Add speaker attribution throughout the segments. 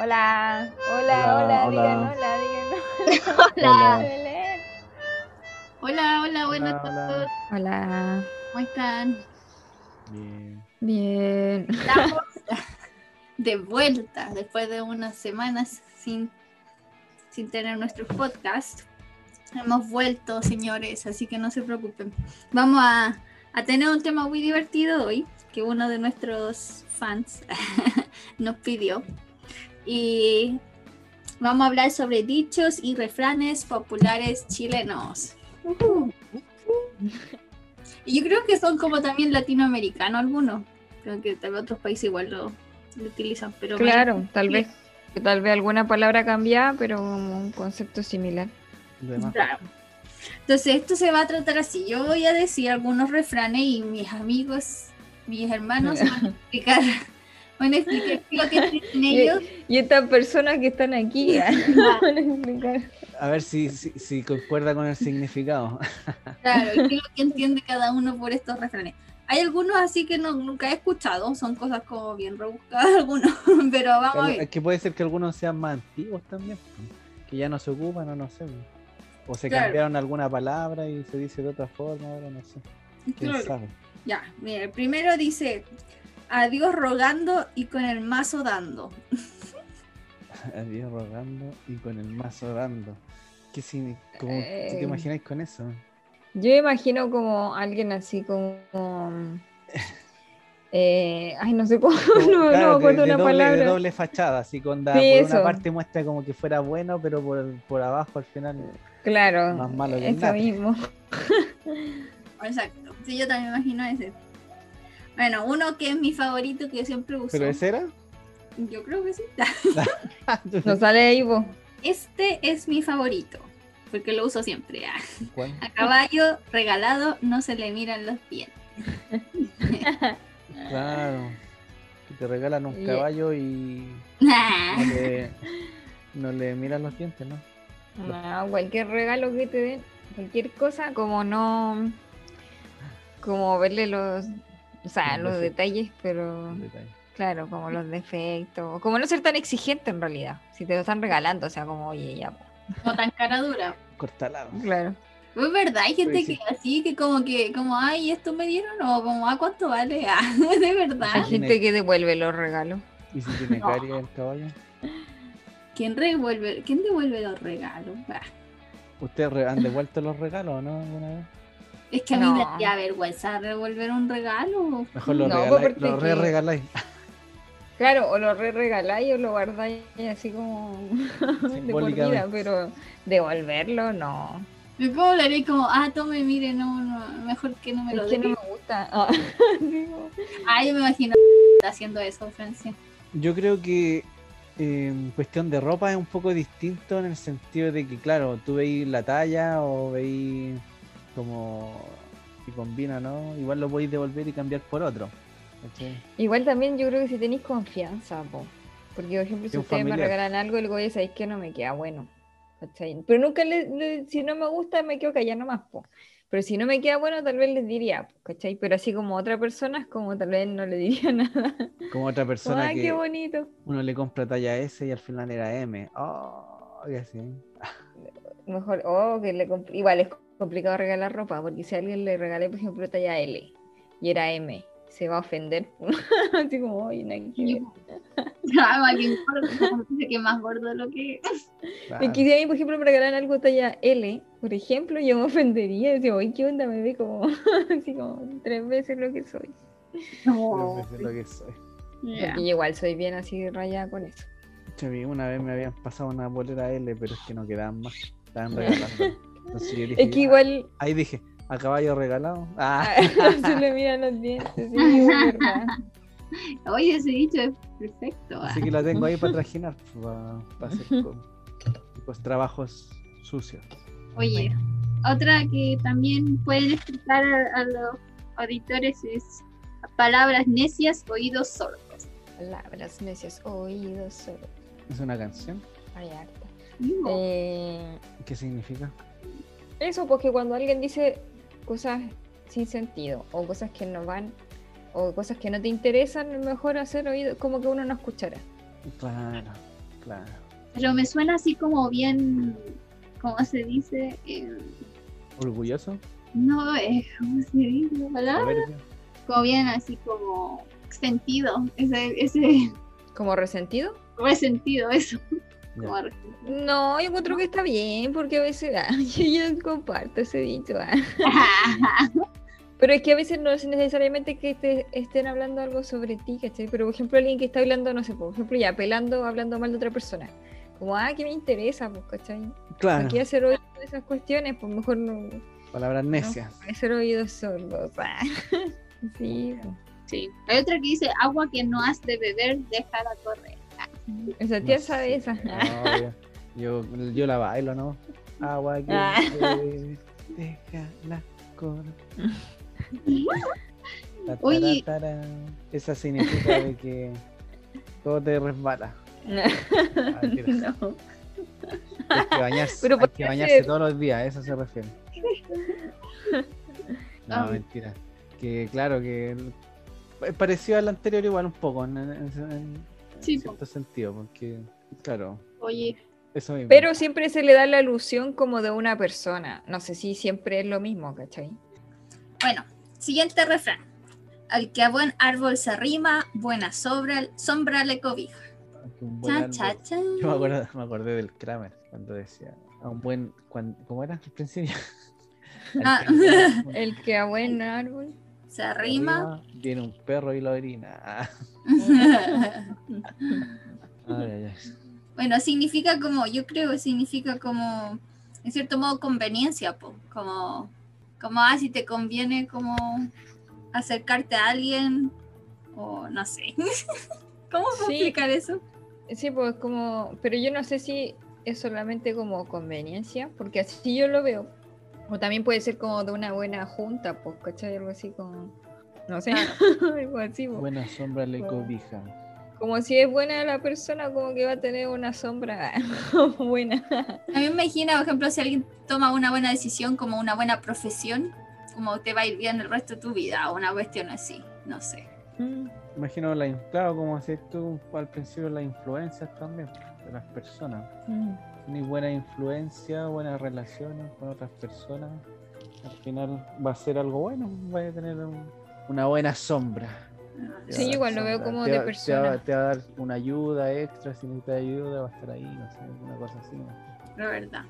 Speaker 1: Hola, hola, hola,
Speaker 2: Hola,
Speaker 1: digan
Speaker 2: hola.
Speaker 1: hola, digan
Speaker 2: Hola.
Speaker 3: Hola,
Speaker 1: Belén.
Speaker 3: hola, hola, buenas
Speaker 2: Hola,
Speaker 3: a
Speaker 2: hola.
Speaker 3: todos.
Speaker 4: Hola,
Speaker 3: ¿Cómo están?
Speaker 2: Bien.
Speaker 4: bien.
Speaker 3: Estamos de vuelta después de unas semanas sin, sin tener nuestros podcasts. Hemos vuelto, señores, así que no se preocupen. Vamos a, a tener un tema muy divertido hoy que uno de nuestros fans nos pidió. Y vamos a hablar sobre dichos y refranes populares chilenos. Y yo creo que son como también latinoamericanos algunos. Creo que tal vez otros países igual lo, lo utilizan, pero
Speaker 4: Claro, tal
Speaker 3: sí.
Speaker 4: vez, tal vez alguna palabra cambiada, pero como un concepto similar.
Speaker 2: Demás.
Speaker 3: Claro. Entonces esto se va a tratar así. Yo voy a decir algunos refranes y mis amigos, mis hermanos van a explicar, van a explicar qué es lo que tienen
Speaker 4: Y,
Speaker 3: ellos.
Speaker 4: y estas personas que están aquí.
Speaker 2: Ah. A ver si, si, si concuerda con el significado.
Speaker 3: Claro, qué es lo que entiende cada uno por estos refranes. Hay algunos así que no, nunca he escuchado, son cosas como bien rebuscadas algunos, pero vamos a ver.
Speaker 2: Es que puede ser que algunos sean más antiguos también, pues, que ya no se ocupan o no sé. pues. O se
Speaker 3: Claro.
Speaker 2: cambiaron alguna palabra y se dice de otra forma, ahora no sé. ¿Quién
Speaker 3: Claro.
Speaker 2: sabe?
Speaker 3: Ya, mira, el primero dice, a Dios rogando y con el mazo dando.
Speaker 2: Adiós rogando y con el mazo dando. ¿Qué signi- cómo- ¿Qué
Speaker 4: Eh.
Speaker 2: te imagináis con eso?
Speaker 4: Yo imagino como alguien así como... eh, ay, no sé cómo, no, no
Speaker 2: Claro,
Speaker 4: me
Speaker 2: de-
Speaker 4: acuerdo
Speaker 2: de
Speaker 4: una
Speaker 2: doble, de
Speaker 4: palabra.
Speaker 2: doble fachada, así con da-
Speaker 4: Sí,
Speaker 2: por una
Speaker 4: eso.
Speaker 2: parte muestra como que fuera bueno, pero por, por abajo al final
Speaker 4: Eh, Claro,
Speaker 2: más malo que
Speaker 4: eso
Speaker 2: nada.
Speaker 4: mismo.
Speaker 3: Exacto. Sí, yo también imagino ese. Bueno, uno que es mi favorito que yo siempre uso.
Speaker 2: ¿Pero ese era?
Speaker 3: Yo creo que sí.
Speaker 4: No sale ahí vos.
Speaker 3: Este es mi favorito, porque lo uso siempre. ah.
Speaker 2: ¿Cuál?
Speaker 3: A caballo regalado no se le miran los pies.
Speaker 2: Claro. Que te regalan un
Speaker 4: Y- Ah.
Speaker 2: caballo y no le, no le miran los dientes, ¿no?
Speaker 4: No, cualquier regalo que te den, cualquier cosa, como no. Como verle los. O sea,
Speaker 2: Los
Speaker 4: los detalles, pero
Speaker 2: Un detalle.
Speaker 4: claro, como los defectos. Como no ser tan exigente en realidad. Si te lo están regalando, o sea, como, oye, ya. pues,
Speaker 3: No tan cara dura.
Speaker 2: Cortalado.
Speaker 4: Claro.
Speaker 3: Es verdad, hay gente
Speaker 2: Pues
Speaker 3: que
Speaker 2: sí.
Speaker 3: así, que como que, como, ay, ¿esto me dieron? O como, ah, ¿cuánto vale? Ah, de
Speaker 4: Hay
Speaker 3: verdad.
Speaker 2: Imagínate.
Speaker 4: gente que devuelve los regalos.
Speaker 2: ¿Y si tiene
Speaker 3: No.
Speaker 2: caries el caballo?
Speaker 3: ¿Quién, revuelve, ¿Quién devuelve los regalos? Ah.
Speaker 2: ¿Ustedes re- han devuelto los regalos o no alguna vez?
Speaker 3: Es que a mí me
Speaker 4: No.
Speaker 3: da vergüenza devolver un regalo.
Speaker 2: Mejor los
Speaker 4: No,
Speaker 2: regaláis,
Speaker 4: aparte
Speaker 2: los
Speaker 4: que-
Speaker 2: re regaláis.
Speaker 4: Claro, o lo re regaláis o lo guardáis así como. de por vida,
Speaker 2: Simbólicamente.
Speaker 4: pero devolverlo, no.
Speaker 3: Yo como lo haré como, ah, tome, mire, no, no, mejor que no me lo
Speaker 4: Es que
Speaker 3: den.
Speaker 4: no me gusta. Ah, digo,
Speaker 3: Ah, yo me imagino haciendo eso, Francia.
Speaker 2: Yo creo que en cuestión de ropa es un poco distinto en el sentido de que, claro, tú veis la talla o veis como si combina, ¿no? Igual lo podéis devolver y cambiar por otro. ¿cachai?
Speaker 4: Igual también yo creo que si tenéis confianza, po. porque por ejemplo,
Speaker 2: Es
Speaker 4: si
Speaker 2: un
Speaker 4: ustedes me
Speaker 2: familiar.
Speaker 4: regalan algo, el goya sabéis que no me queda bueno. ¿cachai? Pero nunca, le- le- si no me gusta, me quedo callada nomás. Po. Pero si no me queda bueno, tal vez les diría, po, ¿cachai? Pero así como otra persona, es como tal vez no le diría nada.
Speaker 2: Como otra
Speaker 4: Como,
Speaker 2: persona
Speaker 4: ¡Ay,
Speaker 2: que
Speaker 4: qué bonito!
Speaker 2: uno le compra talla S y al final era M. Oh, y así.
Speaker 4: Mejor, oh, que le comp- Igual es complicado regalar ropa, porque si a alguien le regalé, por ejemplo, talla L y era M, se va a ofender. po. así como, oye, nada que ver".
Speaker 3: Ah, va, que gordo, dice que más gordo lo que
Speaker 4: Me
Speaker 2: Claro.
Speaker 4: quisiera a mí, por ejemplo, me regalan algo talla L, por ejemplo, yo me ofendería. Decía, oye, ¿qué onda? Me ve como, así como tres veces lo que soy.
Speaker 2: Pero
Speaker 3: No.
Speaker 2: eso es lo que soy.
Speaker 3: Ya.
Speaker 4: Porque yo igual soy bien así rayada con eso.
Speaker 2: Pucha, a mí una vez me habían pasado una bolera L, pero es que no quedaban más. Estaban regalando. Entonces yo dije,
Speaker 4: Es que
Speaker 2: "Ah".
Speaker 4: igual
Speaker 2: Ahí dije, a caballo regalado. Ah.
Speaker 4: se le miran los dientes. Sí, es verdad.
Speaker 3: Oye, ese dicho es perfecto. ah.
Speaker 2: Así que la tengo ahí para trajinar, para, hacer co- pues, trabajos sucios.
Speaker 3: Ah, Oye, otra que también pueden explicar a, a los auditores es palabras necias, oídos sordos.
Speaker 4: Palabras, necias, oídos, solo.
Speaker 2: Es una canción.
Speaker 4: Hay harta.
Speaker 3: No.
Speaker 4: Eh,
Speaker 2: ¿Qué significa?
Speaker 4: eso, porque cuando alguien dice cosas sin sentido o cosas que no van o cosas que no te interesan, mejor hacer oído, como que uno no escuchará.
Speaker 2: Claro. Claro.
Speaker 3: Pero me suena así como bien, ¿cómo se dice? Eh,
Speaker 2: Orgulloso.
Speaker 3: no, eh, ¿cómo se dice la palabra?
Speaker 2: soberbio.
Speaker 3: Como bien así como sentido, ese, ese
Speaker 4: ¿Como resentido?
Speaker 3: resentido, eso.
Speaker 2: Ya.
Speaker 3: Como re-
Speaker 4: No, yo encuentro que está bien, porque a veces ah, yo, yo comparto ese dicho. ah. Pero es que a veces no es necesariamente que te estén hablando algo sobre ti, ¿cachai? Pero por ejemplo, alguien que está hablando, no sé, por ejemplo, ya pelando, hablando mal de otra persona. Como, ah, que me interesa, pues, ¿cachai?
Speaker 2: Claro,
Speaker 4: Aquí hacer oído a esas cuestiones, pues mejor no
Speaker 2: palabras necias.
Speaker 4: hacer oídos sordos. ah. Sí, pues.
Speaker 3: sí. Hay otra que dice, agua que no has de beber, déjala correr. Ah,
Speaker 4: o sea,
Speaker 2: No
Speaker 4: tía
Speaker 2: sé, eh,
Speaker 4: sabe esa. ah.
Speaker 2: no, yo, yo- yo la bailo, ¿no? Agua que
Speaker 4: Ah.
Speaker 2: bebe, déjala correr. Ta, ta,
Speaker 3: Oye.
Speaker 2: ta, ta, ta. Esa significa de que todo te resbala. Ah, mentira.
Speaker 4: No.
Speaker 2: Hay que bañarse,
Speaker 4: Pero
Speaker 2: hay
Speaker 4: podría
Speaker 2: que bañarse
Speaker 4: ser.
Speaker 2: todos los días, a eso se refiere. No,
Speaker 3: Ay.
Speaker 2: mentira. Que claro, que el- es parecido al anterior igual un poco, en, en- en- en
Speaker 3: Sí, pues,
Speaker 2: cierto sentido, porque claro,
Speaker 3: Oye,
Speaker 2: eso mismo.
Speaker 4: Pero siempre se le da la ilusión como de una persona. No sé si siempre es lo mismo, ¿cachai?
Speaker 3: bueno, siguiente refrán. Al que a buen árbol se arrima, buena sombra, sombra le cobija.
Speaker 2: Que un buen
Speaker 3: Cha,
Speaker 2: árbol-
Speaker 3: cha, cha.
Speaker 2: Yo me, acuerdo, me acordé del Kramer cuando decía, a un buen, cuan- ¿cómo era al principio? Al
Speaker 3: Ah.
Speaker 2: que-
Speaker 4: El que a buen árbol.
Speaker 3: Se arrima.
Speaker 2: arriba Viene un perro y lo orina. Ah, ay, ay, ay.
Speaker 3: Bueno, significa como, yo creo que significa como, en cierto modo, conveniencia, po. como, como, ah, si te conviene como acercarte a alguien, o no sé. ¿Cómo puedo
Speaker 4: Sí.
Speaker 3: explicar eso?
Speaker 4: Sí, pues como, pero yo no sé si es solamente como conveniencia, porque así yo lo veo. O también puede ser como de una buena junta, pues, ¿cachai? Algo así como, no sé, algo así. pues.
Speaker 2: Buena sombra le
Speaker 4: Bueno.
Speaker 2: cobija.
Speaker 4: Como si es buena la persona, como que va a tener una sombra buena.
Speaker 3: A mí me imagina, por ejemplo, si alguien toma una buena decisión, como una buena profesión, como te va a ir bien el resto de tu vida, o una cuestión así, no sé. Mm.
Speaker 2: Imagino, la, in- claro, como decías tú al principio, las influencias también de las personas. Ni buena influencia, buenas relaciones con otras personas. Al final va a ser algo bueno, va a tener un- una buena sombra. Te va
Speaker 4: Sí,
Speaker 2: a dar
Speaker 4: igual lo veo
Speaker 2: sombra,
Speaker 4: como
Speaker 2: te
Speaker 4: de
Speaker 2: va- te va-
Speaker 4: persona.
Speaker 2: Te va, a dar una ayuda extra, si necesitas ayuda, va a estar ahí, no sé, alguna cosa así. ¿no?
Speaker 3: La verdad.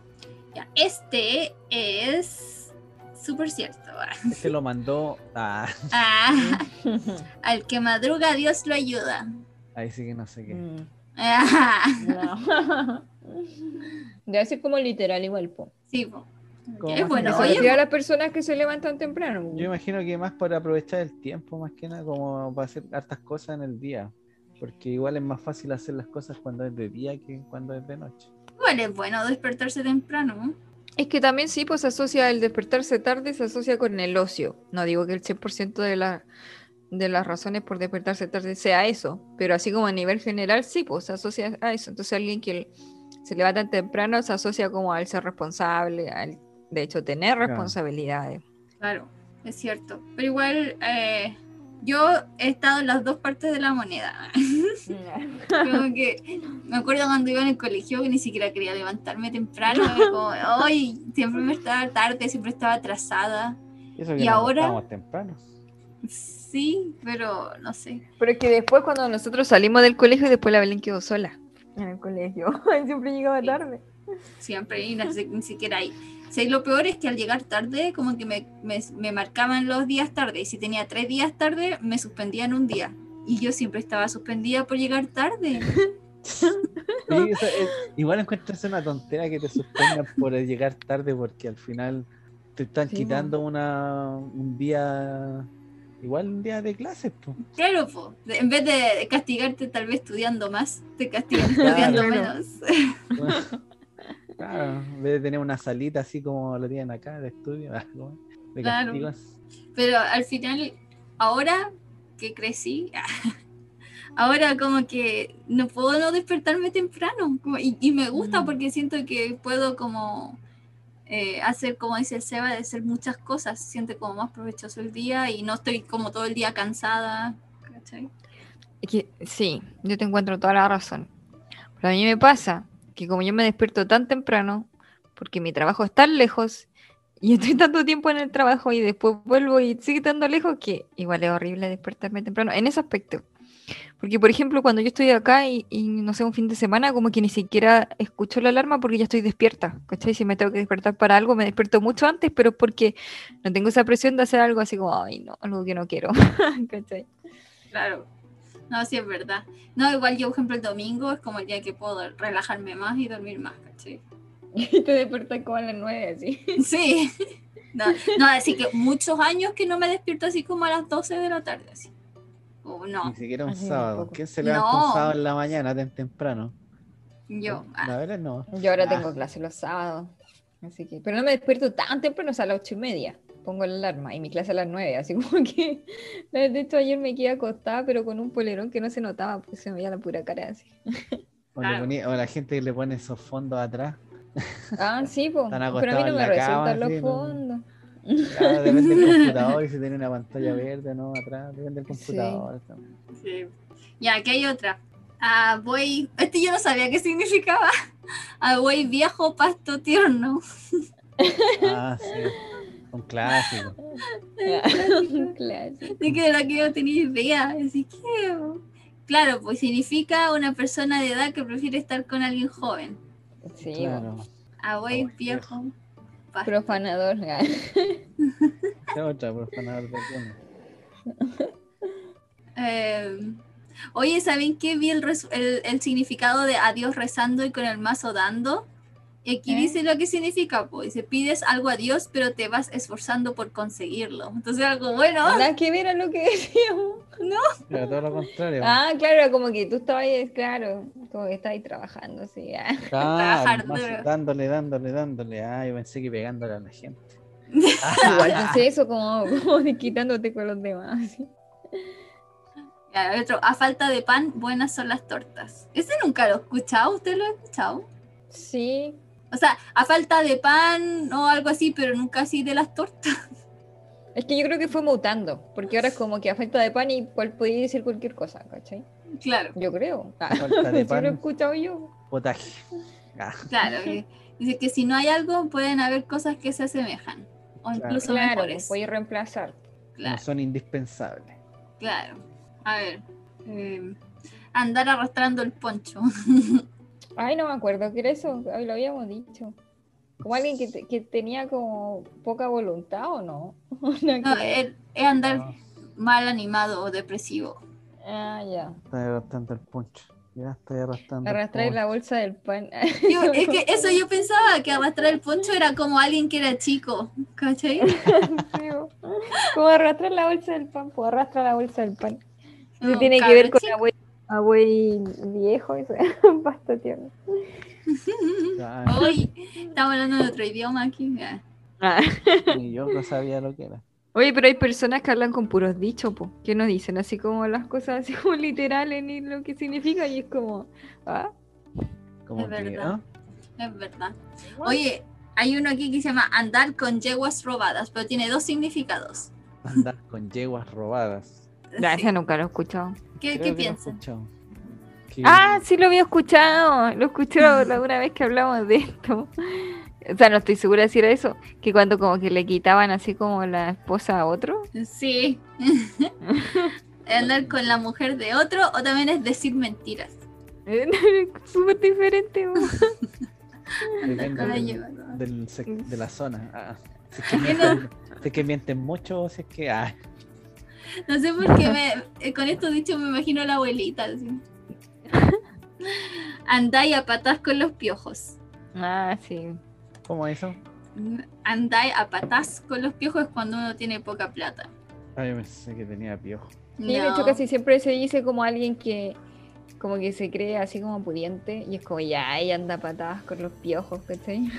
Speaker 3: Ya, este es súper cierto.
Speaker 2: Este lo mandó a.
Speaker 3: Ah, al que madruga Dios lo ayuda.
Speaker 2: Ahí sí que no sé qué.
Speaker 4: Mm,
Speaker 3: Ah,
Speaker 4: no. Debe ser como literal igual, po.
Speaker 3: sí, po.
Speaker 2: Como
Speaker 3: Es
Speaker 2: más
Speaker 3: bueno,
Speaker 2: que
Speaker 4: Se
Speaker 3: oye,
Speaker 4: refiere a las personas que se levantan temprano.
Speaker 2: Yo imagino que más para aprovechar el tiempo, más que nada, como para hacer hartas cosas en el día. Porque igual es más fácil hacer las cosas cuando es de día que cuando es de noche.
Speaker 3: Igual es bueno despertarse temprano.
Speaker 4: Es que también sí, pues se asocia el despertarse tarde, se asocia con el ocio. No digo que el 100% de, la- de las razones por despertarse tarde sea eso, pero así como a nivel general sí, pues se asocia a eso. Entonces alguien que se levanta temprano se asocia como al ser responsable, al de hecho tener
Speaker 2: Claro.
Speaker 4: responsabilidades.
Speaker 3: Claro, es cierto. Pero igual eh, yo he estado en las dos partes de la moneda. Como que me acuerdo cuando iba en el colegio que ni siquiera quería levantarme temprano. era Como, Ay, siempre me estaba tarde, siempre estaba atrasada.
Speaker 2: Y eso
Speaker 3: ¿Y
Speaker 2: nos
Speaker 3: ahora?
Speaker 2: acostábamos temprano.
Speaker 3: Sí, pero no sé.
Speaker 4: Pero es que después cuando nosotros salimos del colegio, después la Belén quedó sola. En el colegio, siempre llegaba tarde.
Speaker 3: siempre y no sé, ni siquiera ahí. O sea, y lo peor es que al llegar tarde, como que me, me- me marcaban los días tarde, y si tenía tres días tarde, me suspendían un día. Y yo siempre estaba suspendida por llegar tarde.
Speaker 2: Oye, eso es- igual encuentro eso una tontera que te suspendan por el llegar tarde porque al final te están
Speaker 4: Sí, po.
Speaker 2: quitando una, un día, igual un día de clases. po.
Speaker 3: Claro, po. De- en vez de castigarte tal vez estudiando más, te castigan estudiando
Speaker 4: Claro.
Speaker 3: menos.
Speaker 2: Claro, en vez de tener una salita así como lo tienen acá de estudio, ¿cómo es? de
Speaker 3: Claro.
Speaker 2: castigos.
Speaker 3: Pero al final, ahora que crecí, ahora como que no puedo no despertarme temprano. como- y, y me gusta
Speaker 4: Mm.
Speaker 3: porque siento que puedo como eh, hacer, como dice el Seba, de hacer muchas cosas. Siento como más provechoso el día y no estoy como todo el día cansada. ¿cachai?
Speaker 4: Es que- sí, yo te encuentro toda la razón. Pero a mí me pasa que como yo me despierto tan temprano, porque mi trabajo es tan lejos y estoy tanto tiempo en el trabajo y después vuelvo y sigue tanto lejos que igual es horrible despertarme temprano en ese aspecto. Porque, por ejemplo, cuando yo estoy acá y, y, no sé, un fin de semana, como que ni siquiera escucho la alarma porque ya estoy despierta. ¿Cachai? Si me tengo que despertar para algo, me despierto mucho antes, pero porque no tengo esa presión de hacer algo así como, ay, no, algo que no quiero. ¿Cachai?
Speaker 3: Claro. No, sí es verdad. No, igual yo, por ejemplo, el domingo es como el día que puedo relajarme más y dormir más, ¿cachai?
Speaker 4: Y te despiertas como a las nueve, así.
Speaker 3: Sí. No, no, así que muchos años que no me despierto así como a las 12 de la tarde, así. O no,
Speaker 2: Ni siquiera un
Speaker 4: Así
Speaker 2: sábado.
Speaker 4: tampoco.
Speaker 2: ¿Quién se levanta
Speaker 3: Ah, No.
Speaker 2: un sábado en la mañana tan temprano?
Speaker 3: yo.
Speaker 2: La
Speaker 3: ah,
Speaker 2: verdad no.
Speaker 4: Yo ahora
Speaker 2: Ah.
Speaker 4: tengo clase los sábados. Así que, pero no me despierto tan temprano, o sea, a las ocho y media. Pongo la alarma y mi clase a las nueve, así como que, de hecho, ayer me quedé acostada, pero con un polerón que no se notaba, porque se me veía la pura cara así.
Speaker 2: O, le
Speaker 3: Claro.
Speaker 2: ponía- o la gente que le pone esos fondos atrás.
Speaker 4: Ah, sí, po.
Speaker 2: Están
Speaker 4: pero a mí
Speaker 2: acostados en
Speaker 4: no me
Speaker 2: la cama,
Speaker 4: resultan
Speaker 2: sí,
Speaker 4: los
Speaker 2: no.
Speaker 4: fondos.
Speaker 2: Claro, Ah, depende del computador y si tiene una pantalla verde, ¿no? Atrás, depende del computador.
Speaker 3: sí. Ya, aquí hay otra. Ah, voy. Este yo no sabía qué significaba. Ah, voy viejo pasto tierno.
Speaker 2: Ah, sí. Un clásico.
Speaker 4: claro. sí.
Speaker 3: Así que de la que yo tenía idea. Así que. Claro, pues significa una persona de edad que prefiere estar con alguien joven.
Speaker 4: Sí,
Speaker 2: Claro.
Speaker 3: Ah, voy
Speaker 2: Abuelo.
Speaker 3: viejo.
Speaker 4: po.
Speaker 3: pasto.
Speaker 4: profanador. ah.
Speaker 2: Esa es otra, profanador de cuna.
Speaker 3: Eh, oye, ¿saben qué? Vi el, res- el- el significado de adiós rezando y con el mazo dando. Y aquí
Speaker 4: ¿Eh?
Speaker 3: dice lo que significa, pues. Dice, pides algo a Dios, pero te vas esforzando por conseguirlo. Entonces, algo bueno.
Speaker 4: Nada que ver a lo que decíamos.
Speaker 2: Pero todo lo contrario.
Speaker 4: Ah, claro, como que tú estabas, claro, como que estabas trabajando, sí. ah.
Speaker 2: Claro,
Speaker 3: trabajar
Speaker 2: más
Speaker 3: duro.
Speaker 2: dándole, dándole, dándole. Ah, yo pensé que pegándole a la gente. Ah,
Speaker 4: Igual pensé eso como, como de quitándote con los demás. así.
Speaker 3: Ya, otro, a falta de pan, buenas son las tortas. Ese nunca lo he escuchado, ¿usted lo ha escuchado?
Speaker 4: Sí,
Speaker 3: O sea, a falta de pan o algo así, pero nunca así de las tortas.
Speaker 4: es que yo creo que fue mutando, porque ahora es como que a falta de pan y cual podía decir cualquier cosa, ¿cachai?
Speaker 3: Claro,
Speaker 4: Yo creo. Ah,
Speaker 2: Falta de
Speaker 4: sí lo he
Speaker 2: pan,
Speaker 4: escuchado yo.
Speaker 2: potaje. Ah,
Speaker 3: claro. que- dice que si no hay algo, pueden haber cosas que se asemejan. O incluso
Speaker 4: Claro, pues,
Speaker 3: mejores.
Speaker 4: voy a reemplazar.
Speaker 3: Claro.
Speaker 2: no son indispensables.
Speaker 3: Claro. A ver. eh, andar arrastrando el poncho.
Speaker 4: Ay, no me acuerdo que era eso, ay, lo habíamos dicho. Como alguien que, te- que tenía como poca voluntad o no. eh. Una
Speaker 3: No,
Speaker 4: que-
Speaker 3: es, es andar
Speaker 2: No,
Speaker 3: mal animado o depresivo.
Speaker 4: Ah, ya.
Speaker 2: estoy arrastrando el poncho. Ya estoy arrastrando. el
Speaker 4: Arrastrar la bolsa del pan.
Speaker 3: Yo- es que eso yo pensaba que arrastrar el poncho era como alguien que era chico. ¿Cachai?
Speaker 4: como arrastrar la bolsa del pan, pues arrastra la bolsa del pan. Eso
Speaker 3: No,
Speaker 4: tiene que ver
Speaker 3: cabro
Speaker 4: con abue- abue viejo, eso pasto tierno.
Speaker 3: chico.
Speaker 2: poncho.
Speaker 3: Hoy estamos hablando de otro idioma aquí. ya.
Speaker 2: Ah, y yo no sabía lo que era.
Speaker 4: Oye, pero hay personas que hablan con puros dichos, po, que no dicen así como las cosas así como literales ni lo que significa y es como, ah,
Speaker 2: Como
Speaker 3: Es
Speaker 2: que,
Speaker 3: verdad.
Speaker 2: ¿no?
Speaker 3: Es verdad. Oye, hay uno aquí que se llama andar con yeguas robadas, pero tiene dos significados.
Speaker 2: Andar con yeguas robadas.
Speaker 4: ya,
Speaker 3: Sí.
Speaker 4: Ah, esa nunca lo he escuchado.
Speaker 2: Creo
Speaker 3: ¿Qué,
Speaker 2: que
Speaker 3: qué
Speaker 2: lo he
Speaker 3: piensan?
Speaker 2: escuchado. Que-
Speaker 4: Ah, sí lo había escuchado, lo escuché la una vez que hablamos de esto. O sea, no estoy segura de si era eso, que cuando como que le quitaban así como la esposa a otro.
Speaker 3: Sí. andar con la mujer de otro o también es decir mentiras.
Speaker 4: Súper diferente. po.
Speaker 2: Depende
Speaker 3: Con la
Speaker 2: del-
Speaker 3: yegua robada.
Speaker 2: del sec- de la zona. Ah, si es que
Speaker 3: ¿Qué
Speaker 2: mienten, si es que mienten mucho, o si es que. Ah,
Speaker 3: No sé por qué me, eh, con esto dicho me imagino a la abuelita. así. Andáis a patas con los piojos.
Speaker 4: Ah, sí.
Speaker 2: ¿Cómo es eso?
Speaker 3: Andáis a patas con los piojos es cuando uno tiene poca plata.
Speaker 2: Ah, yo pensé que tenía piojo.
Speaker 4: Sí, de hecho
Speaker 3: No.
Speaker 4: casi siempre se dice como alguien que como que se cree así como pudiente y es como ya, ahí anda a patadas con los piojos, ¿cachai?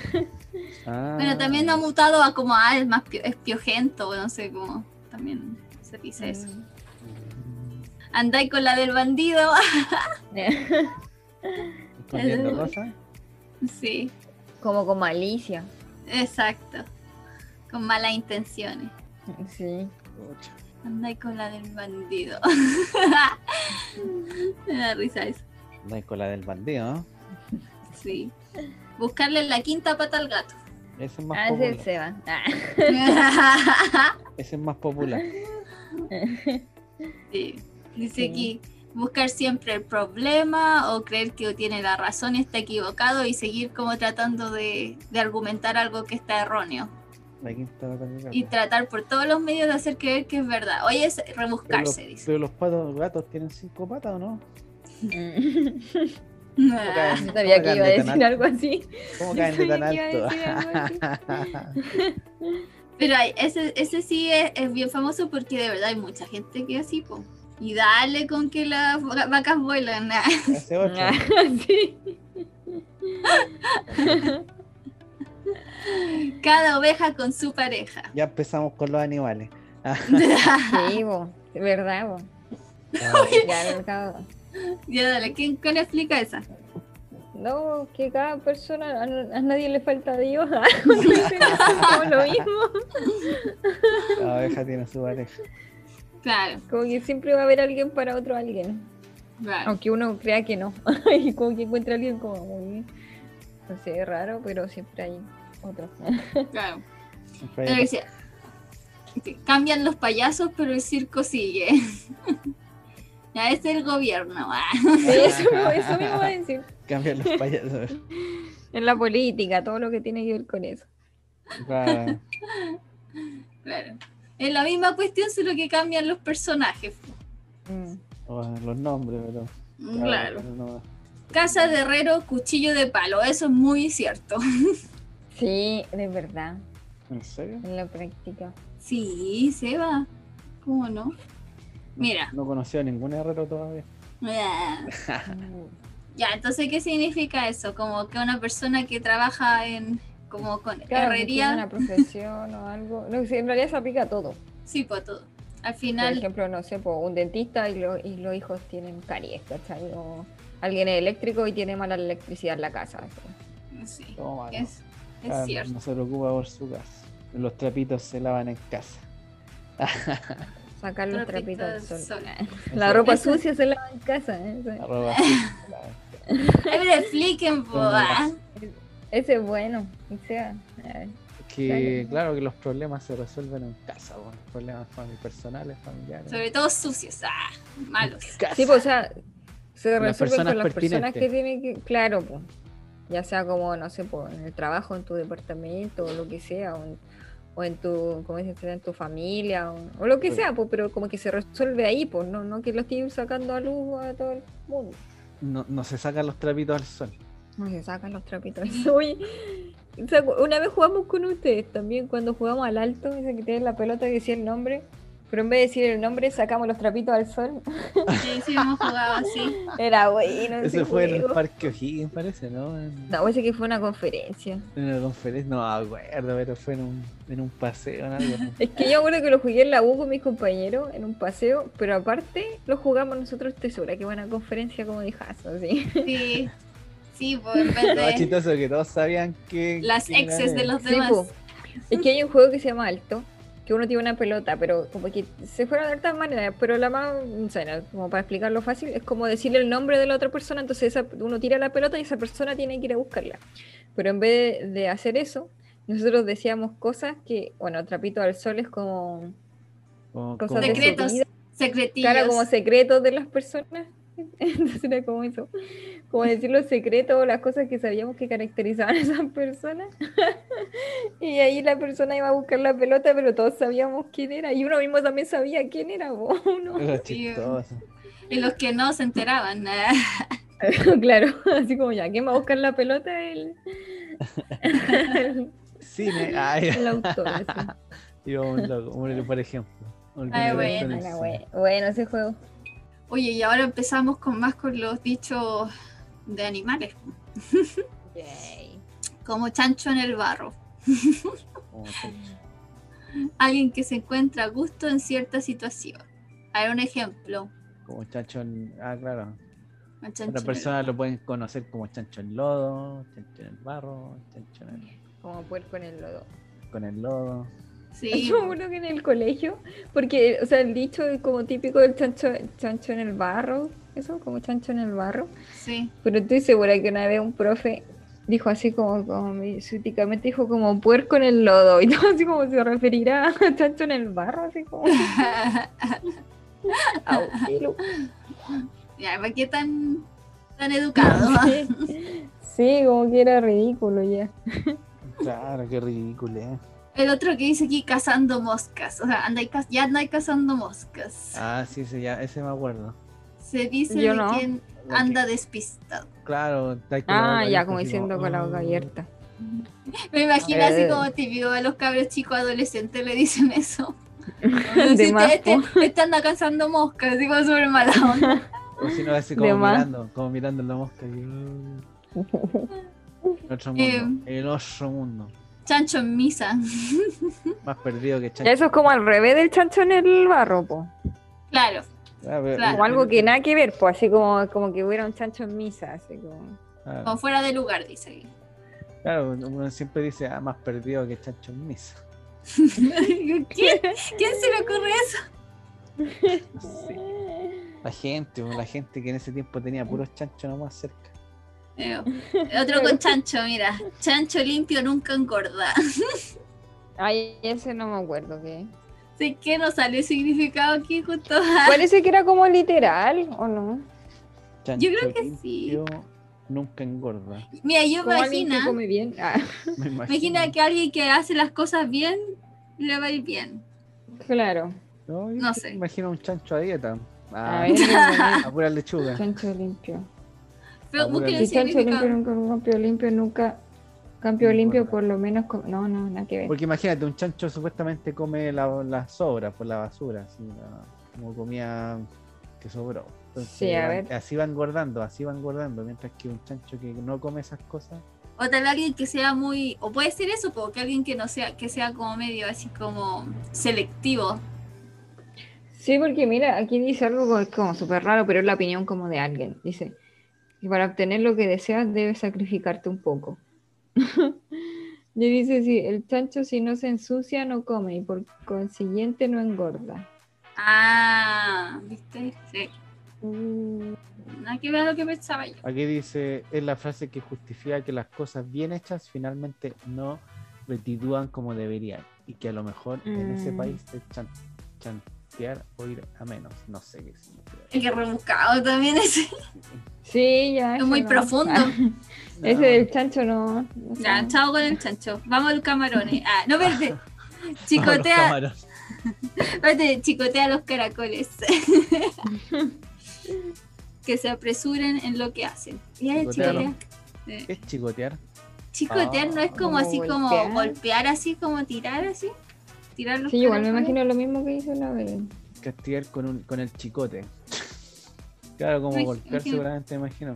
Speaker 2: Ah,
Speaker 3: Bueno, también ha mutado a como ah, es más pio- es piojento, no sé cómo también se dice eso.
Speaker 2: mm,
Speaker 3: Andáis con la del bandido.
Speaker 4: Eh,
Speaker 2: ¿Escondiendo cosas?
Speaker 3: sí,
Speaker 4: como con malicia.
Speaker 3: exacto. Con malas intenciones.
Speaker 4: Sí.
Speaker 2: Pucha.
Speaker 3: Andáis con la del bandido. Me da risa eso.
Speaker 2: Andáis con la del bandido, ¿no?
Speaker 3: Sí. Buscarle la quinta pata al gato.
Speaker 2: Ese
Speaker 4: Ah,
Speaker 2: es
Speaker 4: ese
Speaker 2: más
Speaker 4: es
Speaker 2: popular.
Speaker 4: el Seba. Ah.
Speaker 2: Ese es más popular.
Speaker 3: Sí. Dice
Speaker 4: Sí.
Speaker 3: que buscar siempre el problema o creer que tiene la razón está equivocado y seguir como tratando de, de argumentar algo que está erróneo.
Speaker 2: La quinta pata del gato.
Speaker 3: Y tratar por todos los medios de hacer creer que es verdad. Oye, es
Speaker 2: Pero los,
Speaker 3: rebuscarse, dice.
Speaker 2: pero los patos gatos tienen cinco patas o no?
Speaker 4: Mm.
Speaker 2: ¿Cómo
Speaker 3: Ah,
Speaker 2: caen-
Speaker 4: No sabía
Speaker 2: cómo
Speaker 4: que iba a
Speaker 2: caen de
Speaker 4: decir
Speaker 2: tan alto?
Speaker 4: algo así.
Speaker 2: ¿Cómo
Speaker 4: no
Speaker 2: caen de tan
Speaker 4: sabía que iba a decir
Speaker 2: alto?
Speaker 3: Pero hay- ese, ese sí es, es bien famoso porque de verdad hay mucha gente que es así, po. Y dale con que las va- vacas vuelan. ah.
Speaker 2: Hace ocho.
Speaker 4: Ah, sí.
Speaker 3: Cada oveja con su pareja.
Speaker 2: Ya empezamos con los animales.
Speaker 4: Sí, bo. De verdad, bo. Ya, el mercado.
Speaker 3: ya dale, ¿quién, quién explica esa?
Speaker 4: No, que cada persona, a, a nadie le falta Dios. Cuando dicen eso, como lo mismo.
Speaker 2: La oveja tiene su pareja.
Speaker 3: Claro,
Speaker 4: Como que siempre va a haber alguien para otro alguien.
Speaker 3: claro.
Speaker 4: Aunque uno crea que no. y como que encuentra a alguien como muy. No sé, raro, pero siempre hay otro.
Speaker 3: claro.
Speaker 2: Siempre hay
Speaker 3: Pero dice, que cambian los payasos, pero el circo sigue. ya este es el gobierno. ah.
Speaker 4: Eso, eso mismo va a decir.
Speaker 2: Cambian los payasos.
Speaker 4: En la política, todo lo que tiene que ver con eso.
Speaker 2: Claro.
Speaker 3: Claro. Es la misma cuestión, solo que cambian los personajes.
Speaker 4: Mm.
Speaker 2: O los nombres, pero.
Speaker 3: Claro.
Speaker 2: no.
Speaker 3: Casa de herrero, cuchillo de palo. Eso es muy cierto.
Speaker 4: Sí, de verdad,
Speaker 2: ¿En serio?
Speaker 4: en la práctica.
Speaker 3: Sí, Seba. ¿Cómo no? Mira.
Speaker 2: No conocía a ningún herrero todavía.
Speaker 3: Ah.
Speaker 4: Mm.
Speaker 3: Ya, entonces, ¿qué significa eso? Como que una persona que trabaja en como con
Speaker 4: Claro, si tiene
Speaker 3: herrería.
Speaker 4: una profesión o algo. No, sí, en realidad se aplica a todo.
Speaker 3: Sí, pues todo. Al
Speaker 4: Por
Speaker 3: final,
Speaker 4: ejemplo, no sé, po, un dentista y, lo- y los hijos tienen caries, ¿cachai? O alguien es eléctrico y tiene mala electricidad en la casa. así.
Speaker 3: sí,
Speaker 2: Toma, no.
Speaker 3: es, es
Speaker 2: Claro,
Speaker 3: cierto.
Speaker 2: Ah, No se preocupa por su casa. Los trapitos se lavan en casa.
Speaker 4: Sacar los
Speaker 3: Trapito
Speaker 4: trapitos al
Speaker 3: del
Speaker 4: sol.
Speaker 3: sol.
Speaker 4: La ropa sucia pues, se lava en casa. ¿eh?
Speaker 2: La ropa sucia se lava en casa.
Speaker 3: Ay, pero expliquen, po,
Speaker 2: Como
Speaker 3: ah.
Speaker 4: Ese es bueno. O sea, eh,
Speaker 2: Que claro que los problemas se resuelven en casa, bueno, los problemas fami- personales, familiares.
Speaker 3: sobre todo sucios, ah, malos.
Speaker 2: en casa.
Speaker 4: Sí, pues, o sea, se
Speaker 2: Con
Speaker 4: resuelven
Speaker 2: las personas
Speaker 4: con las personas
Speaker 2: pertinentes.
Speaker 4: que tienen que. Claro, pues. Ya sea como, no sé, pues, en el trabajo, en tu departamento, o lo que sea, o en, o en tu, como dices, en tu familia, o, o lo que
Speaker 2: Sí.
Speaker 4: sea, pues, pero como que se resuelve ahí, pues, no, no que lo estén sacando a luz a todo el mundo.
Speaker 2: No, no se sacan los trapitos al sol.
Speaker 4: No se sacan los trapitos. Oye, ¿se acu- una vez jugamos con ustedes también, cuando jugamos al alto, ese que tiene la pelota que decía el nombre, pero en vez de decir el nombre, sacamos los trapitos al sol.
Speaker 3: Sí, sí, hemos jugado así.
Speaker 4: Era bueno.
Speaker 3: Ah,
Speaker 2: Ese fue en el
Speaker 4: juego.
Speaker 2: Parque O'Higgins, parece, ¿no? En,
Speaker 4: No, parece que fue una conferencia.
Speaker 2: en una conferencia, no me acuerdo, pero fue en un, en un paseo, en algo. ¿no?
Speaker 4: Es que yo acuerdo que lo jugué en la U con mis compañeros en un paseo, pero aparte lo jugamos nosotros tesora, que buena conferencia como dijazo, así.
Speaker 3: Sí, sí, pues en vez
Speaker 2: Lo más
Speaker 3: de
Speaker 2: chistoso que todos sabían que.
Speaker 3: las
Speaker 2: que era
Speaker 3: exes de
Speaker 2: él.
Speaker 3: los
Speaker 4: Sí, pues,
Speaker 3: demás.
Speaker 4: po. Es que hay un juego que se llama Alto, que uno tiene una pelota, pero como que se juega de hartas maneras, pero la más, o sea, no, como para explicarlo fácil, es como decirle el nombre de la otra persona, entonces esa- uno tira la pelota y esa persona tiene que ir a buscarla. Pero en vez de, de hacer eso, nosotros decíamos cosas que, bueno, Trapito al Sol es como
Speaker 2: Como-
Speaker 4: cosas
Speaker 2: como-
Speaker 4: de su
Speaker 3: Secretos.
Speaker 4: vida.
Speaker 3: Secretillos.
Speaker 4: claro, como secretos de las personas. Entonces era como eso, como decir los secretos o las cosas que sabíamos que caracterizaban a esas personas. y ahí la persona iba a buscar la pelota, pero todos sabíamos quién era. Y uno mismo también sabía quién era. po, uno.
Speaker 2: Era chistoso.
Speaker 3: Y los que no se enteraban, ah.
Speaker 4: claro, así como ya, ¿quién va a buscar la pelota? El, el,
Speaker 2: Cine. Ay,
Speaker 4: autor. así.
Speaker 2: yo un loco, un- por ejemplo. Un
Speaker 3: Ay,
Speaker 2: libro
Speaker 3: bueno.
Speaker 2: con el
Speaker 4: Era
Speaker 2: cine.
Speaker 4: bue- bueno ese juego.
Speaker 3: Oye, y ahora empezamos con más con los dichos de animales, como chancho en el barro.
Speaker 2: Como que-
Speaker 3: Alguien que se encuentra a gusto en cierta situación. A ver, un ejemplo.
Speaker 2: Como chancho en- Ah, claro.
Speaker 3: un chancho en
Speaker 2: Otras
Speaker 3: el-
Speaker 2: personas lo pueden conocer como chancho en lodo, chancho en el barro, chancho en el-
Speaker 4: Como puerco en el lodo.
Speaker 2: con el lodo.
Speaker 3: Sí, pues,
Speaker 4: Yo me acuerdo que en el colegio, porque, o sea, el dicho es como típico del chancho, chancho en el barro, eso, como chancho en el barro.
Speaker 3: sí.
Speaker 4: Pero estoy segura que una vez un profe dijo así como, como mediocíticamente dijo como puerco en el lodo, y todo así como se referirá a chancho en el barro, así como, "Ah, auxilio.
Speaker 3: ya, ¿para qué tan, tan educado?
Speaker 4: Sí, como que era ridículo ya.
Speaker 2: Claro, qué ridículo. ¿eh?
Speaker 3: El otro que dice aquí cazando moscas. O sea, andáis caz- ya andáis cazando moscas.
Speaker 2: Ah, sí, sí, ya, ese me acuerdo.
Speaker 3: Se dice
Speaker 4: Yo
Speaker 3: de
Speaker 4: no.
Speaker 3: quien anda despistado.
Speaker 2: Claro, está ahí con la boca
Speaker 4: Ah, ya,
Speaker 2: abierta,
Speaker 4: como
Speaker 2: así
Speaker 4: diciendo con la
Speaker 2: "Mm".
Speaker 4: boca abierta.
Speaker 3: Me imagino así
Speaker 4: Eh.
Speaker 3: como típico a los cabros chicos adolescentes le dicen eso.
Speaker 4: De
Speaker 3: Dice,
Speaker 4: más,
Speaker 3: este,
Speaker 4: po.
Speaker 3: este, este anda cazando moscas, así como súper mala onda.
Speaker 2: O si no, así como
Speaker 4: De más.
Speaker 2: mirando, como mirando la mosca. y, "Mm". El otro
Speaker 3: Eh.
Speaker 2: mundo, el otro mundo.
Speaker 3: Chancho en misa.
Speaker 2: Más perdido que chancho.
Speaker 4: Eso es como al revés del chancho en el barro, po.
Speaker 3: Claro,
Speaker 2: Ah, pero-
Speaker 3: claro.
Speaker 4: O algo que nada que ver, pues así como, como que hubiera un chancho en misa, así como.
Speaker 2: Claro,
Speaker 3: como fuera de lugar, dice. ahí.
Speaker 2: ah, claro, uno siempre dice, ah, más perdido que chancho en misa.
Speaker 3: ¿Quién, ¿Quién se le ocurre eso?
Speaker 2: No sé, La gente, o la gente que en ese tiempo tenía puros chanchos nomás cerca.
Speaker 3: Eh, Otro con chancho, mira. Chancho limpio nunca engorda.
Speaker 4: Ay, ese no me acuerdo qué.
Speaker 3: Así que no sale significado aquí justo.
Speaker 4: Parece que era como literal, ¿o no?
Speaker 2: Chancho
Speaker 3: creo que sí.
Speaker 2: limpio Nunca engorda.
Speaker 3: Mira, yo ¿eh?
Speaker 4: Como alguien que
Speaker 3: imagina,
Speaker 4: come bien. Ah,
Speaker 2: Me imagino.
Speaker 3: imagina que alguien que hace las cosas bien le va a ir bien.
Speaker 4: claro.
Speaker 2: No, yo
Speaker 3: no
Speaker 2: te-
Speaker 3: sé.
Speaker 2: Imagino un chancho a dieta.
Speaker 4: A
Speaker 2: Ah,
Speaker 4: ver, el
Speaker 2: a pura lechuga.
Speaker 4: chancho limpio.
Speaker 3: Pero
Speaker 2: Apúrale.
Speaker 3: busquen el
Speaker 4: Y chancho limpio
Speaker 3: significado.
Speaker 4: nunca, limpio, limpio nunca. Cambio limpio, por lo menos. co- No, no, nada que ver.
Speaker 2: Porque imagínate, un chancho supuestamente come la- las sobras por la basura, así, la- como comía que sobró. Entonces,
Speaker 4: Sí, a
Speaker 2: van-
Speaker 4: ver.
Speaker 2: Así va engordando, así va engordando, mientras que un chancho que no come esas cosas,
Speaker 3: O tal vez alguien que sea muy. O puede ser eso, porque alguien que no sea, que sea como medio así como selectivo.
Speaker 4: Sí, porque mira, aquí dice algo como- como súper raro, pero es la opinión como de alguien. Dice que para obtener lo que deseas debes sacrificarte un poco. y dice, sí, el chancho si no se ensucia no come y por consiguiente no engorda.
Speaker 3: Ah, ¿viste? Sí.
Speaker 4: Mm,
Speaker 3: Nada que ver a lo que pensaba yo.
Speaker 2: aquí dice, es la frase que justifica que las cosas bien hechas finalmente no retitúan como deberían y que a lo mejor en ese
Speaker 4: Mm.
Speaker 2: país es chan- chantear o ir a menos, no sé qué significa.
Speaker 3: Es que rebuscado también ese.
Speaker 4: Sí, ya.
Speaker 3: Es
Speaker 4: eso
Speaker 3: muy
Speaker 4: no.
Speaker 3: profundo.
Speaker 4: Ese del chancho no. no sé.
Speaker 3: Ya, chao con el chancho. Vamos al camarones. Ah, no, vete.
Speaker 2: No, los
Speaker 3: Chicotea,
Speaker 2: camarones.
Speaker 3: espérate, chicotea los caracoles. que se apresuren en lo que hacen. Ya,
Speaker 2: Chicotea los-
Speaker 3: chicotea. Eh,
Speaker 2: ¿Qué es chicotear?
Speaker 3: Chicotear no es
Speaker 4: Ah, Como
Speaker 3: como así como
Speaker 4: golpear.
Speaker 3: golpear así, como tirar así. Tirar los
Speaker 4: Sí, igual me
Speaker 3: caracoles.
Speaker 4: imagino lo mismo que hizo la Belén.
Speaker 2: castigar con, un, con el chicote. Claro, como
Speaker 3: Imagi-
Speaker 2: golpear
Speaker 3: imagino.
Speaker 2: seguramente, imagino.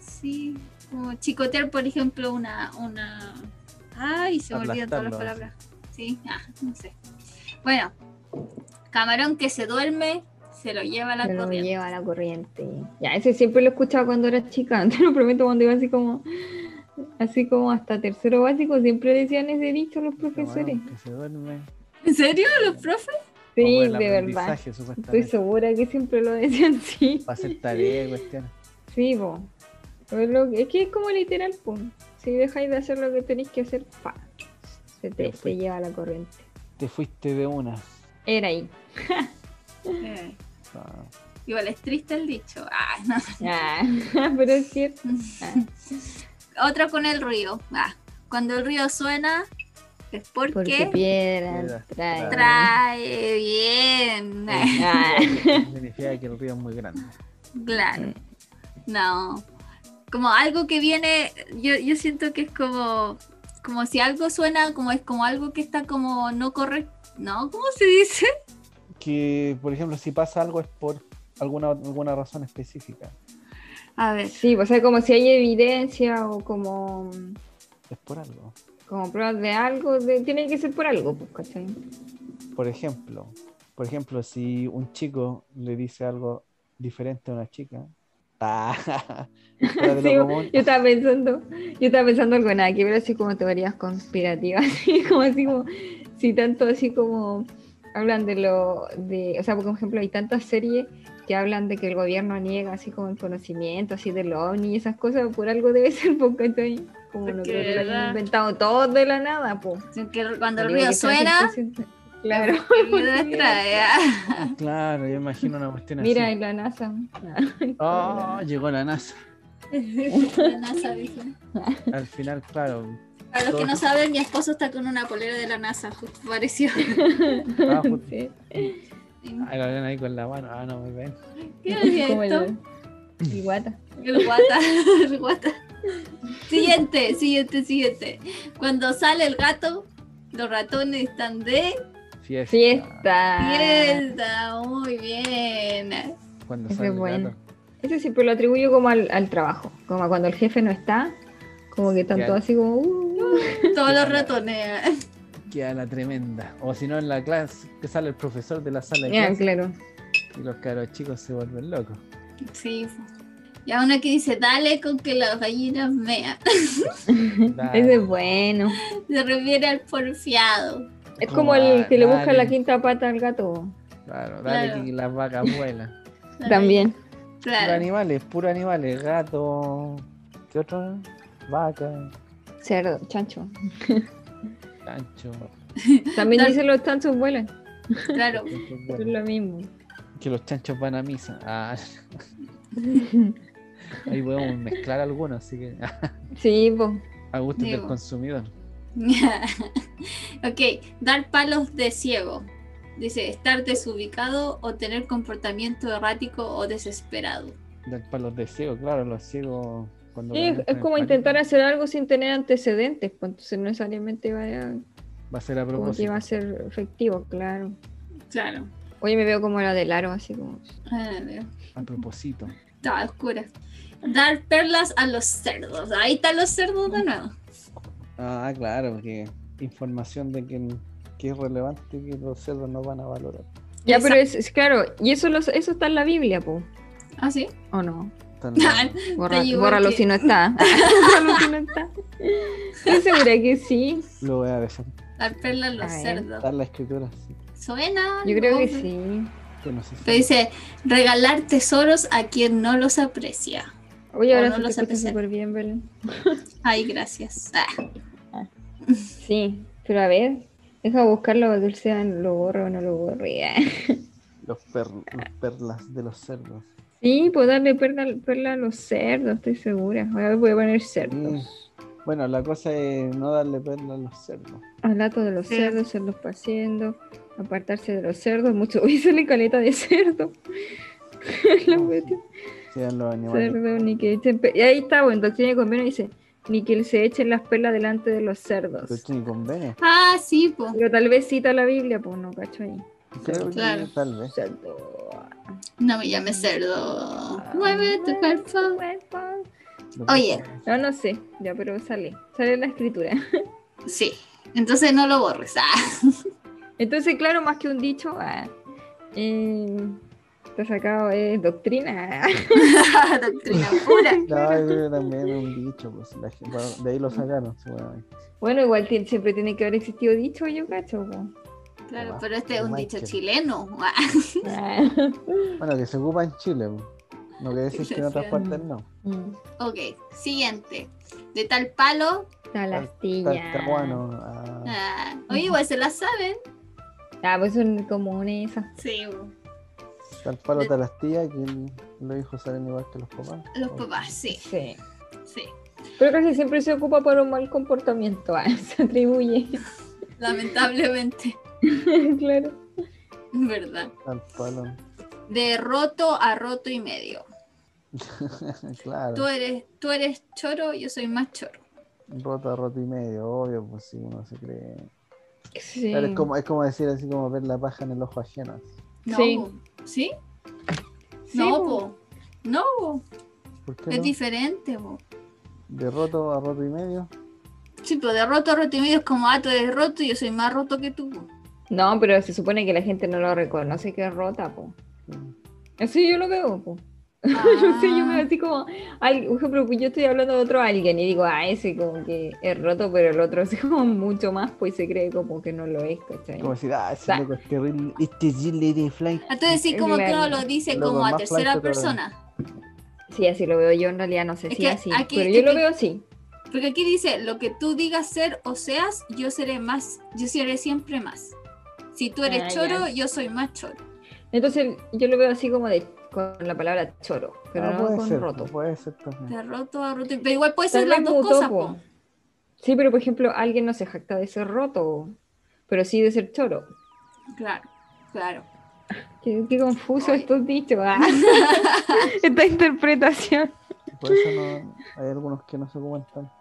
Speaker 3: Sí, como chicotear, por ejemplo, una. una... Ay, se me olvidan todas las
Speaker 2: Aplastarlo,
Speaker 3: palabras. Sí, ah, no sé. Bueno, camarón que se duerme, se lo lleva la
Speaker 4: Se lo
Speaker 3: corriente.
Speaker 4: lleva la corriente. Ya, ese siempre lo escuchaba cuando era chica, te lo prometo, cuando iba así como, así como hasta tercero básico, siempre decían ese dicho los profesores.
Speaker 2: Camarón que se duerme.
Speaker 3: ¿En serio, los profes?
Speaker 4: sí,
Speaker 2: Como el
Speaker 4: de verdad.
Speaker 2: aprendizaje,
Speaker 4: Estoy
Speaker 2: supuestamente.
Speaker 4: segura que siempre lo decían, sí.
Speaker 2: Para hacer tarea, cuestión.
Speaker 4: Sí, po. Pero lo- Es que es como literal, po. Si dejáis de hacer lo que tenéis que hacer, pa. Se te,
Speaker 2: Pero fue-
Speaker 4: te lleva la corriente.
Speaker 2: Te fuiste de una.
Speaker 4: Era ahí.
Speaker 3: Eh,
Speaker 2: Ah,
Speaker 3: igual es triste el dicho. Ah, no.
Speaker 4: Ah, pero es cierto.
Speaker 3: Otra con el río. Ah, cuando el río suena, es porque,
Speaker 4: Porque piedras
Speaker 2: Piedras
Speaker 4: trae.
Speaker 3: trae bien.
Speaker 4: Ah.
Speaker 2: Significa que el río es muy grande.
Speaker 3: Claro. No. Como algo que viene, yo, yo siento que es como, como si algo suena, como es como algo que está como no correcto. No, ¿cómo se dice?
Speaker 2: Que, por ejemplo, si pasa algo es por alguna, alguna razón específica.
Speaker 3: A ver.
Speaker 4: Sí, o sea, como si hay evidencia o como,
Speaker 2: Es por algo.
Speaker 4: como pruebas de algo, de- tiene que ser por algo, pues, ¿cachai?
Speaker 2: Por ejemplo, por ejemplo, si un chico le dice algo diferente a una chica. Ah, fuera de lo
Speaker 4: Sí,
Speaker 2: común.
Speaker 4: yo estaba pensando, yo estaba pensando algo nada que ver así como teorías conspirativas, así como así como Sí, tanto así como hablan de lo de, o sea, por ejemplo, hay tantas series que hablan de que el gobierno niega así como el conocimiento, así de los ovnis y esas cosas, por algo debe ser, po, ¿cachai? Como no
Speaker 3: Porque
Speaker 4: creo que
Speaker 3: de
Speaker 4: lo
Speaker 3: verdad.
Speaker 4: hayan inventado todo de la nada, pues.
Speaker 3: Que cuando el río suena,
Speaker 4: Claro.
Speaker 3: el ruido distrae, ah.
Speaker 2: Claro, yo imagino una cuestión
Speaker 4: Mira, y
Speaker 2: así.
Speaker 4: la NASA. Ah.
Speaker 2: Oh, llegó la NASA.
Speaker 3: La NASA dijo.
Speaker 2: Al final, claro.
Speaker 3: Para los que no saben, mi esposo está con una polera de la NASA, justo pareció.
Speaker 2: Ah, justo.
Speaker 4: Sí.
Speaker 2: Ay, la ven ahí con la mano. Ah, no me ven.
Speaker 3: ¿Qué es
Speaker 4: Como
Speaker 3: esto?
Speaker 4: el, el guata.
Speaker 3: El guata, el guata. Siguiente, siguiente, siguiente. Cuando sale el gato, los ratones están de
Speaker 2: Fiesta.
Speaker 4: Fiesta.
Speaker 3: fiesta. Muy bien.
Speaker 2: Cuando
Speaker 4: Ese
Speaker 2: sale
Speaker 4: es
Speaker 2: el
Speaker 4: bueno.
Speaker 2: gato.
Speaker 4: Eso siempre pues lo atribuyo como al, al trabajo, como a cuando el jefe no está, como que tanto
Speaker 2: Claro.
Speaker 4: así como... uh,
Speaker 3: Todos los ratones.
Speaker 2: Queda la tremenda. O si no, en la clase, que sale el profesor de la sala de
Speaker 4: ya,
Speaker 2: clase
Speaker 4: claro.
Speaker 2: y los caros chicos se vuelven locos.
Speaker 3: Sí. Y a una que dice, dale con que las gallinas mean.
Speaker 4: Ese
Speaker 2: Dale.
Speaker 4: es bueno.
Speaker 3: Se refiere al porfiado.
Speaker 4: Es como el que le busca la
Speaker 2: Dale.
Speaker 4: quinta pata al gato.
Speaker 2: Claro, dale
Speaker 3: Claro.
Speaker 2: que las vacas vuelan.
Speaker 4: También.
Speaker 2: Puro
Speaker 3: Claro.
Speaker 2: animales, puro animales, gato, ¿qué otro? Vaca,
Speaker 4: Cerdo, chancho.
Speaker 2: gancho.
Speaker 4: También
Speaker 3: Dale.
Speaker 4: dicen los chanchos vuelan.
Speaker 3: claro.
Speaker 4: Es lo mismo.
Speaker 2: Este Que los chanchos van a misa. Ah. Ahí podemos mezclar algunos, así que
Speaker 4: Sí, pues.
Speaker 2: a gusto del
Speaker 3: Digo.
Speaker 2: consumidor.
Speaker 3: ok, dar palos de ciego. Dice, estar desubicado o tener comportamiento errático o desesperado.
Speaker 2: Para los de ciego, claro, los ciegos. Cuando
Speaker 4: Es,
Speaker 2: conducen
Speaker 4: es
Speaker 2: el
Speaker 4: como
Speaker 2: palito,
Speaker 4: intentar hacer algo sin tener antecedentes, pues entonces no necesariamente vaya,
Speaker 2: Va a ser a
Speaker 4: como que
Speaker 2: propósito.
Speaker 4: va a ser efectivo, claro.
Speaker 3: Claro.
Speaker 4: Oye, me veo como la del aro, así como...
Speaker 3: Ah, no.
Speaker 2: A propósito.
Speaker 3: Estaba oscura. Dar perlas a los cerdos. Ahí están los cerdos de nuevo.
Speaker 2: Ah, claro, porque información de que, que es relevante que los cerdos no van a valorar.
Speaker 4: Ya, pero es, es claro, y eso, los, eso está en la Biblia, pues.
Speaker 3: ¿Ah, sí?
Speaker 4: ¿O no?
Speaker 2: Están los-
Speaker 4: Borra-
Speaker 3: Te llegó
Speaker 4: bórralo
Speaker 3: el que-
Speaker 4: si no está. bórralo si no está. Estoy segura que sí.
Speaker 2: Lo voy a dejar.
Speaker 3: Dar perlas a los
Speaker 4: A ver.
Speaker 3: cerdos.
Speaker 2: Están las escrituras, sí,
Speaker 3: Suena.
Speaker 4: Yo creo que
Speaker 3: ¿no?
Speaker 4: sí.
Speaker 2: que no se sabe.
Speaker 3: Pero dice, regalar tesoros a quien no los aprecia.
Speaker 4: Oye,
Speaker 3: O
Speaker 4: ahora
Speaker 3: no
Speaker 4: sí
Speaker 3: los
Speaker 4: te escucho
Speaker 3: empecé.
Speaker 4: súper bien, Belén.
Speaker 3: Ay, gracias. Ah,
Speaker 4: Sí, pero a ver, deja buscarlo para que sea lo borro o no lo ah. borre.
Speaker 2: Los per- las perlas de los cerdos.
Speaker 4: Sí, puedo darle perla, perla a los cerdos, estoy segura. Ahora voy a poner cerdos.
Speaker 2: Mm. Bueno, la cosa es no darle perlas a los cerdos.
Speaker 4: Al lato de los
Speaker 3: Sí.
Speaker 4: cerdos, cerdos paseando, apartarse de los cerdos, mucho. Uy, sale caleta de cerdo. La cuestión.
Speaker 2: Sean los animales.
Speaker 4: cerdo, ni que echen pe- y ahí está, bueno, Doctrina y Convenio dice, ni que se echen las perlas delante de los cerdos.
Speaker 2: Pero ni conviene.
Speaker 3: Ah, sí, pues.
Speaker 4: Pero tal vez cita la Biblia, pues no, cacho ahí.
Speaker 2: Creo que
Speaker 3: Claro.
Speaker 2: tal vez.
Speaker 4: Cerdo.
Speaker 3: No me llames cerdo. Mueve tu cuerpo.
Speaker 2: Lo
Speaker 3: Oye.
Speaker 2: que-
Speaker 4: No, no sé, ya, pero sale, sale en la escritura.
Speaker 3: Sí. Entonces no lo borres. Ah,
Speaker 4: Entonces, claro, más que un dicho, ah, eh, está sacado es doctrina.
Speaker 3: Ah, doctrina pura.
Speaker 2: No, yo creo que también es un bicho, pues la gente- bueno, de ahí lo sacaron, seguramente.
Speaker 4: Bueno, igual ti- siempre tiene que haber existido dicho, yo cacho. po.
Speaker 3: Claro, pero este es un
Speaker 2: Michael.
Speaker 3: dicho chileno. Ah,
Speaker 4: Ah,
Speaker 2: Bueno, que se ocupa en Chile, pues. no quiere decir que en otras
Speaker 3: Gracias.
Speaker 2: partes no.
Speaker 4: mm,
Speaker 3: ok, siguiente. De tal palo.
Speaker 4: Talastilla.
Speaker 2: Talcahuano, ah,
Speaker 3: ah, oye, igual se la saben.
Speaker 4: Ah, pues son comunes esas.
Speaker 3: Sí, bo.
Speaker 2: tal palo
Speaker 3: de-
Speaker 2: talastilla, que el- los hijos salen igual que los papás. Oh,
Speaker 3: los papás, sí,
Speaker 4: Sí.
Speaker 3: sí.
Speaker 4: Pero casi siempre se ocupa por un mal comportamiento, ah, se atribuye.
Speaker 3: Lamentablemente,
Speaker 4: claro.
Speaker 3: ¿verdad?
Speaker 2: Tal palo,
Speaker 3: De roto a roto y medio.
Speaker 2: claro.
Speaker 3: Tú eres, tú eres choro, yo soy más choro.
Speaker 2: Roto, roto y medio, obvio, pues si uno se cree.
Speaker 4: Sí.
Speaker 2: Claro, es, como, es como decir así como ver la paja en el ojo ajeno. así.
Speaker 3: No,
Speaker 4: Sí.
Speaker 3: bo. ¿sí?
Speaker 4: Sí,
Speaker 3: no,
Speaker 4: bo.
Speaker 3: po. No, bo.
Speaker 2: ¿Por qué
Speaker 3: es
Speaker 2: no?
Speaker 3: diferente, bo.
Speaker 2: De roto a roto y medio.
Speaker 3: Sí, pero de roto a roto y medio es como, ah, tú eres roto y yo soy más roto que tú. bo.
Speaker 4: No, pero se supone que la gente no lo reconoce que es rota, po.
Speaker 2: Sí.
Speaker 4: Así yo lo veo, po. No sé, yo
Speaker 3: Ah.
Speaker 4: me así como, ay, por ejemplo, yo estoy hablando de otro alguien y digo, ah, ese como que es roto, pero el otro es como mucho más, pues se cree como que no lo es, ¿cachai?
Speaker 2: Como si, ah, ese
Speaker 4: Sa-
Speaker 2: loco es terrible. Este Gilly de Fly.
Speaker 3: Ah, tú decís como que uno lo dice
Speaker 2: Loco,
Speaker 3: como a
Speaker 2: más
Speaker 3: tercera
Speaker 2: flaco todavía.
Speaker 3: persona.
Speaker 4: Sí, así lo veo yo, en realidad no sé
Speaker 3: Es
Speaker 4: si
Speaker 3: que
Speaker 4: así,
Speaker 3: aquí-
Speaker 4: pero yo lo
Speaker 3: aquí-
Speaker 4: veo así.
Speaker 3: Porque aquí dice, lo que tú digas ser o seas, yo seré más, yo seré siempre más. Si tú eres
Speaker 4: Ah, ya.
Speaker 3: choro, yo soy más choro.
Speaker 4: Entonces yo lo veo así como de, con la palabra choro, pero
Speaker 2: Ah,
Speaker 4: no
Speaker 2: puede
Speaker 4: con
Speaker 2: ser,
Speaker 4: roto. Ah.
Speaker 2: Puede ser también.
Speaker 3: Está roto, a roto. Pero igual puede ser
Speaker 4: Tal
Speaker 3: las
Speaker 4: vez
Speaker 3: dos
Speaker 4: mutó,
Speaker 3: cosas,
Speaker 4: po.
Speaker 3: po.
Speaker 4: Sí, pero por ejemplo, alguien no se jacta de ser roto, pero sí de ser choro.
Speaker 3: Claro, claro.
Speaker 4: Qué, qué confuso estos dichos. ah. Esta interpretación.
Speaker 2: Por eso no, hay algunos que no se comen tanto.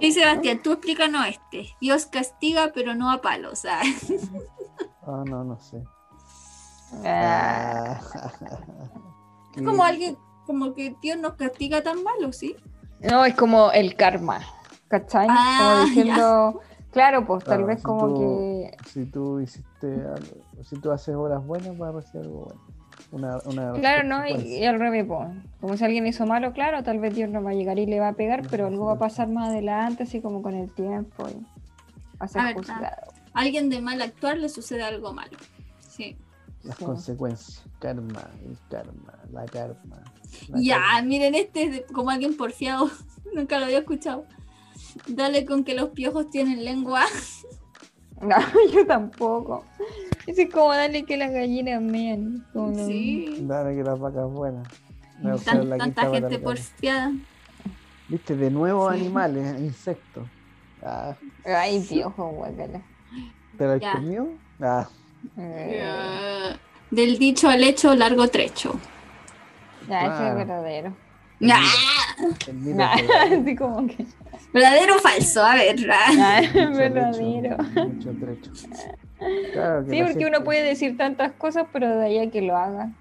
Speaker 3: Y Sebastián, tú explícanos este. Dios castiga, pero no a palos. ah.
Speaker 2: Ah, no, no sé.
Speaker 4: Ah.
Speaker 3: Es
Speaker 2: Mm.
Speaker 3: como alguien, como que Dios nos castiga tan malo, ¿sí?
Speaker 4: No, es como el karma. ¿Cachai?
Speaker 3: Ah,
Speaker 4: como diciendo, claro, pues tal
Speaker 2: Claro,
Speaker 4: vez
Speaker 2: si
Speaker 4: como
Speaker 2: Ah, tú-
Speaker 4: que.
Speaker 2: Si tú hiciste algo, si tú haces obras buenas, vas a recibir algo bueno. Una, una
Speaker 4: Claro, ¿no? Y,
Speaker 2: consecuencia.
Speaker 4: y al revés, pues. Como si alguien hizo malo, claro, tal vez Dios no va a llegar y le va a pegar, pero algo va a pasar más adelante, así como con el tiempo. Y va a ser
Speaker 3: Ah, ¿verdad?
Speaker 4: juzgado.
Speaker 3: alguien de mal actuar le sucede algo malo. Sí.
Speaker 2: Las
Speaker 4: Sí.
Speaker 2: consecuencias. Karma, el karma, la karma. la
Speaker 3: Ya, miren, este es de- como alguien porfiado. Nunca lo había escuchado. Dale con que los piojos tienen lengua.
Speaker 4: No, yo tampoco. Ese es como darle que las gallinas mean. como-
Speaker 3: Sí.
Speaker 2: karma. Dale que las vacas buenas. Me voy a
Speaker 3: Tan-
Speaker 2: usar la quinta
Speaker 3: tanta
Speaker 2: para
Speaker 3: gente
Speaker 2: cargar.
Speaker 3: porfiada.
Speaker 2: Viste, de nuevo animales, eh, insectos. Ah,
Speaker 4: Ay, piojo, guacala.
Speaker 2: ¿Pero el
Speaker 3: Ya.
Speaker 2: comido? Ah,
Speaker 4: Eh,
Speaker 3: Eh, Del dicho al hecho, largo trecho.
Speaker 4: Ya, ese
Speaker 2: Claro.
Speaker 4: es verdadero.
Speaker 2: Mira.
Speaker 3: ¡Ah!
Speaker 2: el mito
Speaker 4: Nah,
Speaker 2: que-
Speaker 4: así como que.
Speaker 3: ¿Verdadero o falso? A ver. ah.
Speaker 4: Ah, es
Speaker 2: Mucho
Speaker 4: verdadero.
Speaker 2: trecho, Mucho trecho. Claro que eh,
Speaker 4: Sí,
Speaker 2: la
Speaker 4: porque
Speaker 2: gente-
Speaker 4: uno puede decir tantas cosas, pero de ahí a que lo haga.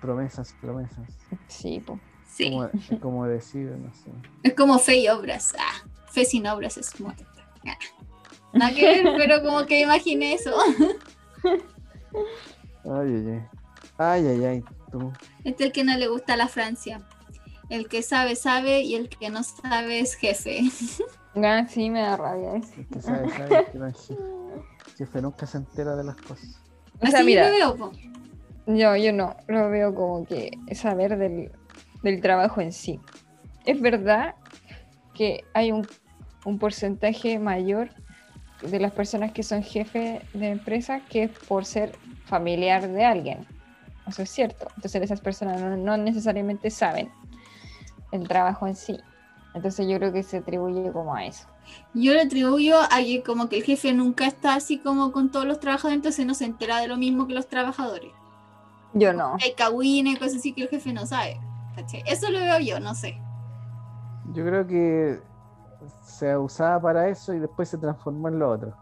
Speaker 2: Promesas, promesas.
Speaker 4: Sí, pues.
Speaker 3: Sí.
Speaker 2: Como, eh, como decir, no sé.
Speaker 3: Es como fe y obras. ah. Fe sin obras es muerta. Ah. Nada que ver, pero como que imaginé eso.
Speaker 2: Ay, ay, ay. Ay, ay, ay. Tú.
Speaker 3: Este es el que no le gusta la Francia. El que sabe, sabe y el que no sabe es jefe.
Speaker 4: Ah, sí, me da rabia eso.
Speaker 2: El que sabe, sabe. que no es jefe. Jefe nunca se entera de las cosas.
Speaker 4: O sea,
Speaker 3: Así
Speaker 4: mira,
Speaker 3: lo veo, po.
Speaker 4: yo, yo no, lo veo como que saber del, del trabajo en sí. Es verdad que hay un, un porcentaje mayor de las personas que son jefes de empresas que es por ser familiar de alguien. Eso es cierto. Entonces esas personas no, no necesariamente saben el trabajo en sí. Entonces yo creo que se atribuye como a eso.
Speaker 3: Yo lo atribuyo a que como que el jefe nunca está así como con todos los trabajadores, entonces no se entera de lo mismo que los trabajadores.
Speaker 4: Yo no.
Speaker 3: Hay cagüines, cosas así que el jefe no sabe. ¿cachai? Eso lo veo yo, no sé.
Speaker 2: Yo creo que se usaba para eso y después se transformó en lo otro.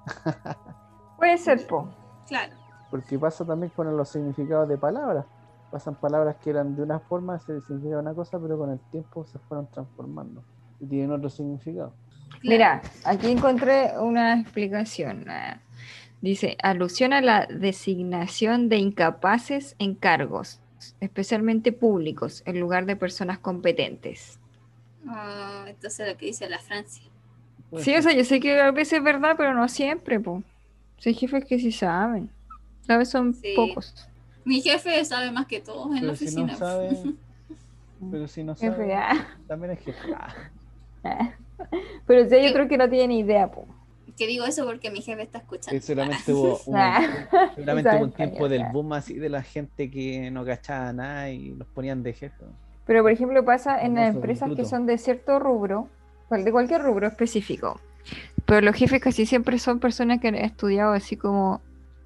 Speaker 4: Puede ser, po.
Speaker 3: Claro.
Speaker 2: Porque pasa también con los significados de palabras. Pasan palabras que eran de una forma, se significaba una cosa, pero con el tiempo se fueron transformando y tienen otro significado.
Speaker 4: Mira, aquí encontré una explicación. ah. Dice, alusión a la designación de incapaces en cargos, especialmente públicos, en lugar de personas competentes.
Speaker 3: Ah, entonces lo que dice la Francia.
Speaker 2: Puede
Speaker 4: sí,
Speaker 2: ser.
Speaker 4: o sea, yo sé que a veces es verdad, pero no siempre, po. Si hay jefes que sí saben. A veces son
Speaker 3: Sí.
Speaker 4: pocos.
Speaker 3: Mi jefe sabe más que todos en la
Speaker 2: pero si
Speaker 3: oficina.
Speaker 2: no sabe, pero si no
Speaker 4: Jefe,
Speaker 2: sabe,
Speaker 4: ah.
Speaker 2: también es jefe. Ah,
Speaker 4: Pero sí hay
Speaker 3: Sí.
Speaker 4: otro que no tiene ni idea, po.
Speaker 3: Que digo eso porque mi jefe está escuchando.
Speaker 2: y Seguramente hubo un,
Speaker 4: Ah.
Speaker 2: seguramente
Speaker 4: Sabe
Speaker 2: hubo un tiempo
Speaker 4: español,
Speaker 2: del
Speaker 4: ah.
Speaker 2: boom así de la gente que no cachaba nada y los ponían de jefe.
Speaker 4: Pero por ejemplo pasa en las
Speaker 2: Famoso
Speaker 4: empresas que
Speaker 2: instituto.
Speaker 4: son de cierto rubro, cual- de cualquier rubro específico. Pero los jefes casi siempre son personas que han estudiado así como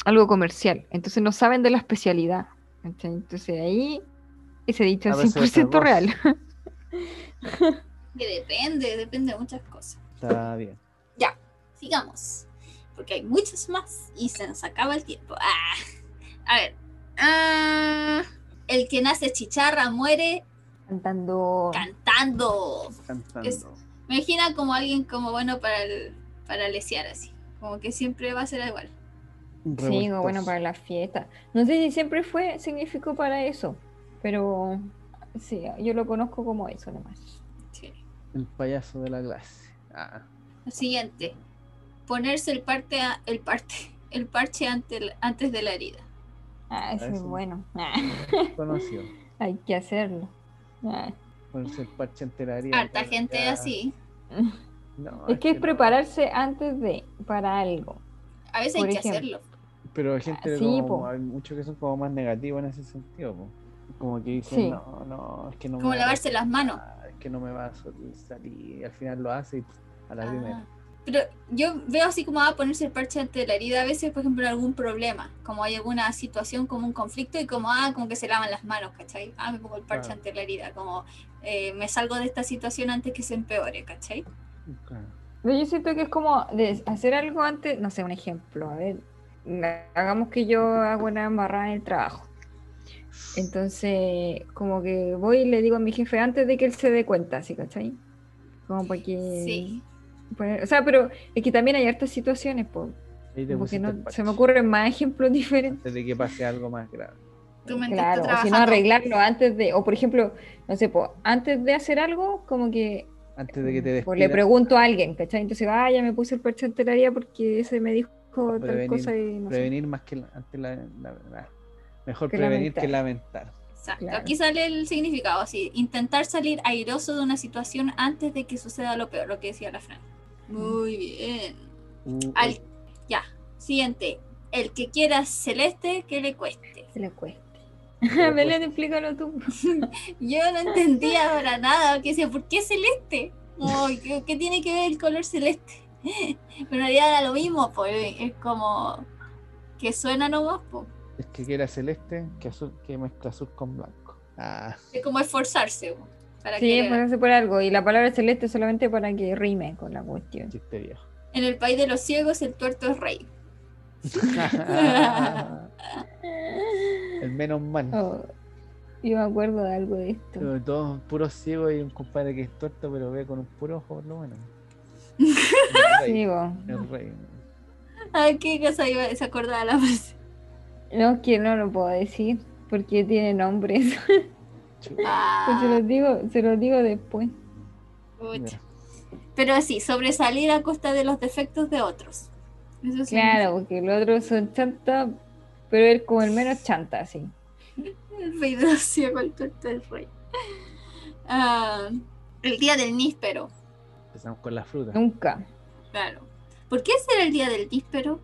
Speaker 4: algo comercial. Entonces no saben de la especialidad. ¿cachai? Entonces ahí ese dicho
Speaker 2: A
Speaker 4: es
Speaker 2: veces
Speaker 4: 100% real.
Speaker 3: Que depende, depende de muchas cosas.
Speaker 2: Está bien.
Speaker 3: Sigamos. Porque hay muchos más y se nos acaba el tiempo. Ah, a ver. Ah, el que nace chicharra muere
Speaker 4: Cantando.
Speaker 3: cantando.
Speaker 2: Cantando.
Speaker 3: Es- Me imagina como alguien como bueno para el, para lesear así. Como que siempre va a ser igual.
Speaker 4: Sí, pues, como bueno, para la fiesta. No sé si siempre fue, significó para eso. Pero Sí, yo lo conozco como eso nomás.
Speaker 3: Sí.
Speaker 2: El payaso de la clase. Ah,
Speaker 3: Lo siguiente, ponerse el parte a- el parte el parche ante el- antes de la herida.
Speaker 4: Ah, eso es
Speaker 2: Eso.
Speaker 4: bueno. Ah,
Speaker 2: conocido.
Speaker 4: hay que hacerlo. Ah.
Speaker 2: Con el parche ante la herida,
Speaker 3: Harta
Speaker 2: claro,
Speaker 3: gente
Speaker 2: ya.
Speaker 3: así.
Speaker 2: No,
Speaker 4: Es que es
Speaker 2: no.
Speaker 4: prepararse antes de, para algo.
Speaker 3: A veces
Speaker 4: Por
Speaker 3: hay que
Speaker 4: ejemplo.
Speaker 3: hacerlo.
Speaker 2: Pero hay gente
Speaker 4: Ah, sí,
Speaker 2: como-
Speaker 4: po.
Speaker 2: hay muchos que son como más negativos en ese sentido, po. Como que dicen,
Speaker 4: Sí.
Speaker 2: no, no, es que no
Speaker 3: Como
Speaker 2: me va a
Speaker 3: lavarse las manos.
Speaker 2: resultar, es que no me va a sol- salir. Y al final lo hace y pff, a la primera.
Speaker 3: Ah, Pero yo veo así como va a ponerse el parche ante la herida a veces, por ejemplo, algún problema, como hay alguna situación, como un conflicto y como, ah, como que se lavan las manos, ¿cachai? Ah, me pongo el parche
Speaker 2: Claro.
Speaker 3: ante la herida, como eh, me salgo de esta situación antes que se empeore, ¿cachai?
Speaker 2: Claro.
Speaker 4: Pero yo siento que es como de hacer algo antes, no sé, un ejemplo, a ver, na- hagamos que yo hago una embarrada en el trabajo. Entonces, como que voy y le digo a mi jefe antes de que él se dé cuenta, ¿sí, cachai? Como para que...
Speaker 3: Sí.
Speaker 4: poner- o sea, pero es que también hay hartas situaciones, po,
Speaker 2: Ahí te
Speaker 4: como que
Speaker 2: pusiste el
Speaker 4: no,
Speaker 2: parche,
Speaker 4: se me ocurren más ejemplos diferentes.
Speaker 2: Antes de que pase algo más grave.
Speaker 3: Tu mente
Speaker 4: Claro,
Speaker 3: está
Speaker 4: o si no
Speaker 3: trabajando.
Speaker 4: arreglarlo antes de, o por ejemplo, no sé, po, antes de hacer algo, como que
Speaker 2: Antes de que te
Speaker 4: o Mm, Pues le
Speaker 2: despidan.
Speaker 4: pregunto a alguien, ¿cachai? Entonces, ah, ya me puse el parche ante la herida porque ese me dijo
Speaker 2: prevenir-
Speaker 4: tal cosa y no sé.
Speaker 2: prevenir más que la- antes la, la- la- mejor
Speaker 4: Que
Speaker 2: prevenir que lamentar.
Speaker 3: Exacto.
Speaker 4: Claro.
Speaker 3: Aquí sale el significado, así, intentar salir airoso de una situación antes de que suceda lo peor, lo que decía la Fran.
Speaker 4: Mm.
Speaker 3: Muy bien.
Speaker 2: Uh,
Speaker 3: Al- ya, siguiente. El que quiera celeste, que le cueste.
Speaker 4: Se le cueste.
Speaker 2: le
Speaker 4: Belén, explícalo tú.
Speaker 3: Yo no entendía para nada, que decía, ¿por qué celeste? Como, ¿qué, qué tiene que ver el color celeste? Pero en realidad era lo mismo, po, es como que suena nomás, pues. po.
Speaker 2: es que quiera celeste, que azul, que mezcla azul con blanco. Ah,
Speaker 3: es como esforzarse. po, para
Speaker 4: Sí, pues.
Speaker 3: que-
Speaker 4: esforzarse por algo. Y la palabra celeste solamente para que rime con la cuestión.
Speaker 2: chiste viejo.
Speaker 3: En el país de los ciegos el tuerto es rey.
Speaker 2: El menos mal.
Speaker 4: Oh, yo me acuerdo de algo de esto.
Speaker 2: Pero todos puros ciegos y un compadre que es tuerto, pero ve con un puro ojo, por lo menos. El rey,
Speaker 4: Digo,
Speaker 2: el rey.
Speaker 3: Ay, qué cosa iba, se acordaba la frase.
Speaker 4: no es que no lo puedo decir porque tiene nombres.
Speaker 2: Chuta,
Speaker 4: Pues se
Speaker 3: Ah,
Speaker 4: los digo, se los digo después.
Speaker 3: pucha.
Speaker 2: mira.
Speaker 3: Pero sí, sobresalir a costa de los defectos de otros. Eso sí.
Speaker 4: Claro, porque los otros son chanta, pero él como el menos chanta, así.
Speaker 3: El rey de los ciegos, el tuerto es rey. Ah, el día del níspero,
Speaker 2: Empezamos con la fruta.
Speaker 4: Nunca.
Speaker 3: claro. ¿Por qué será el día del níspero?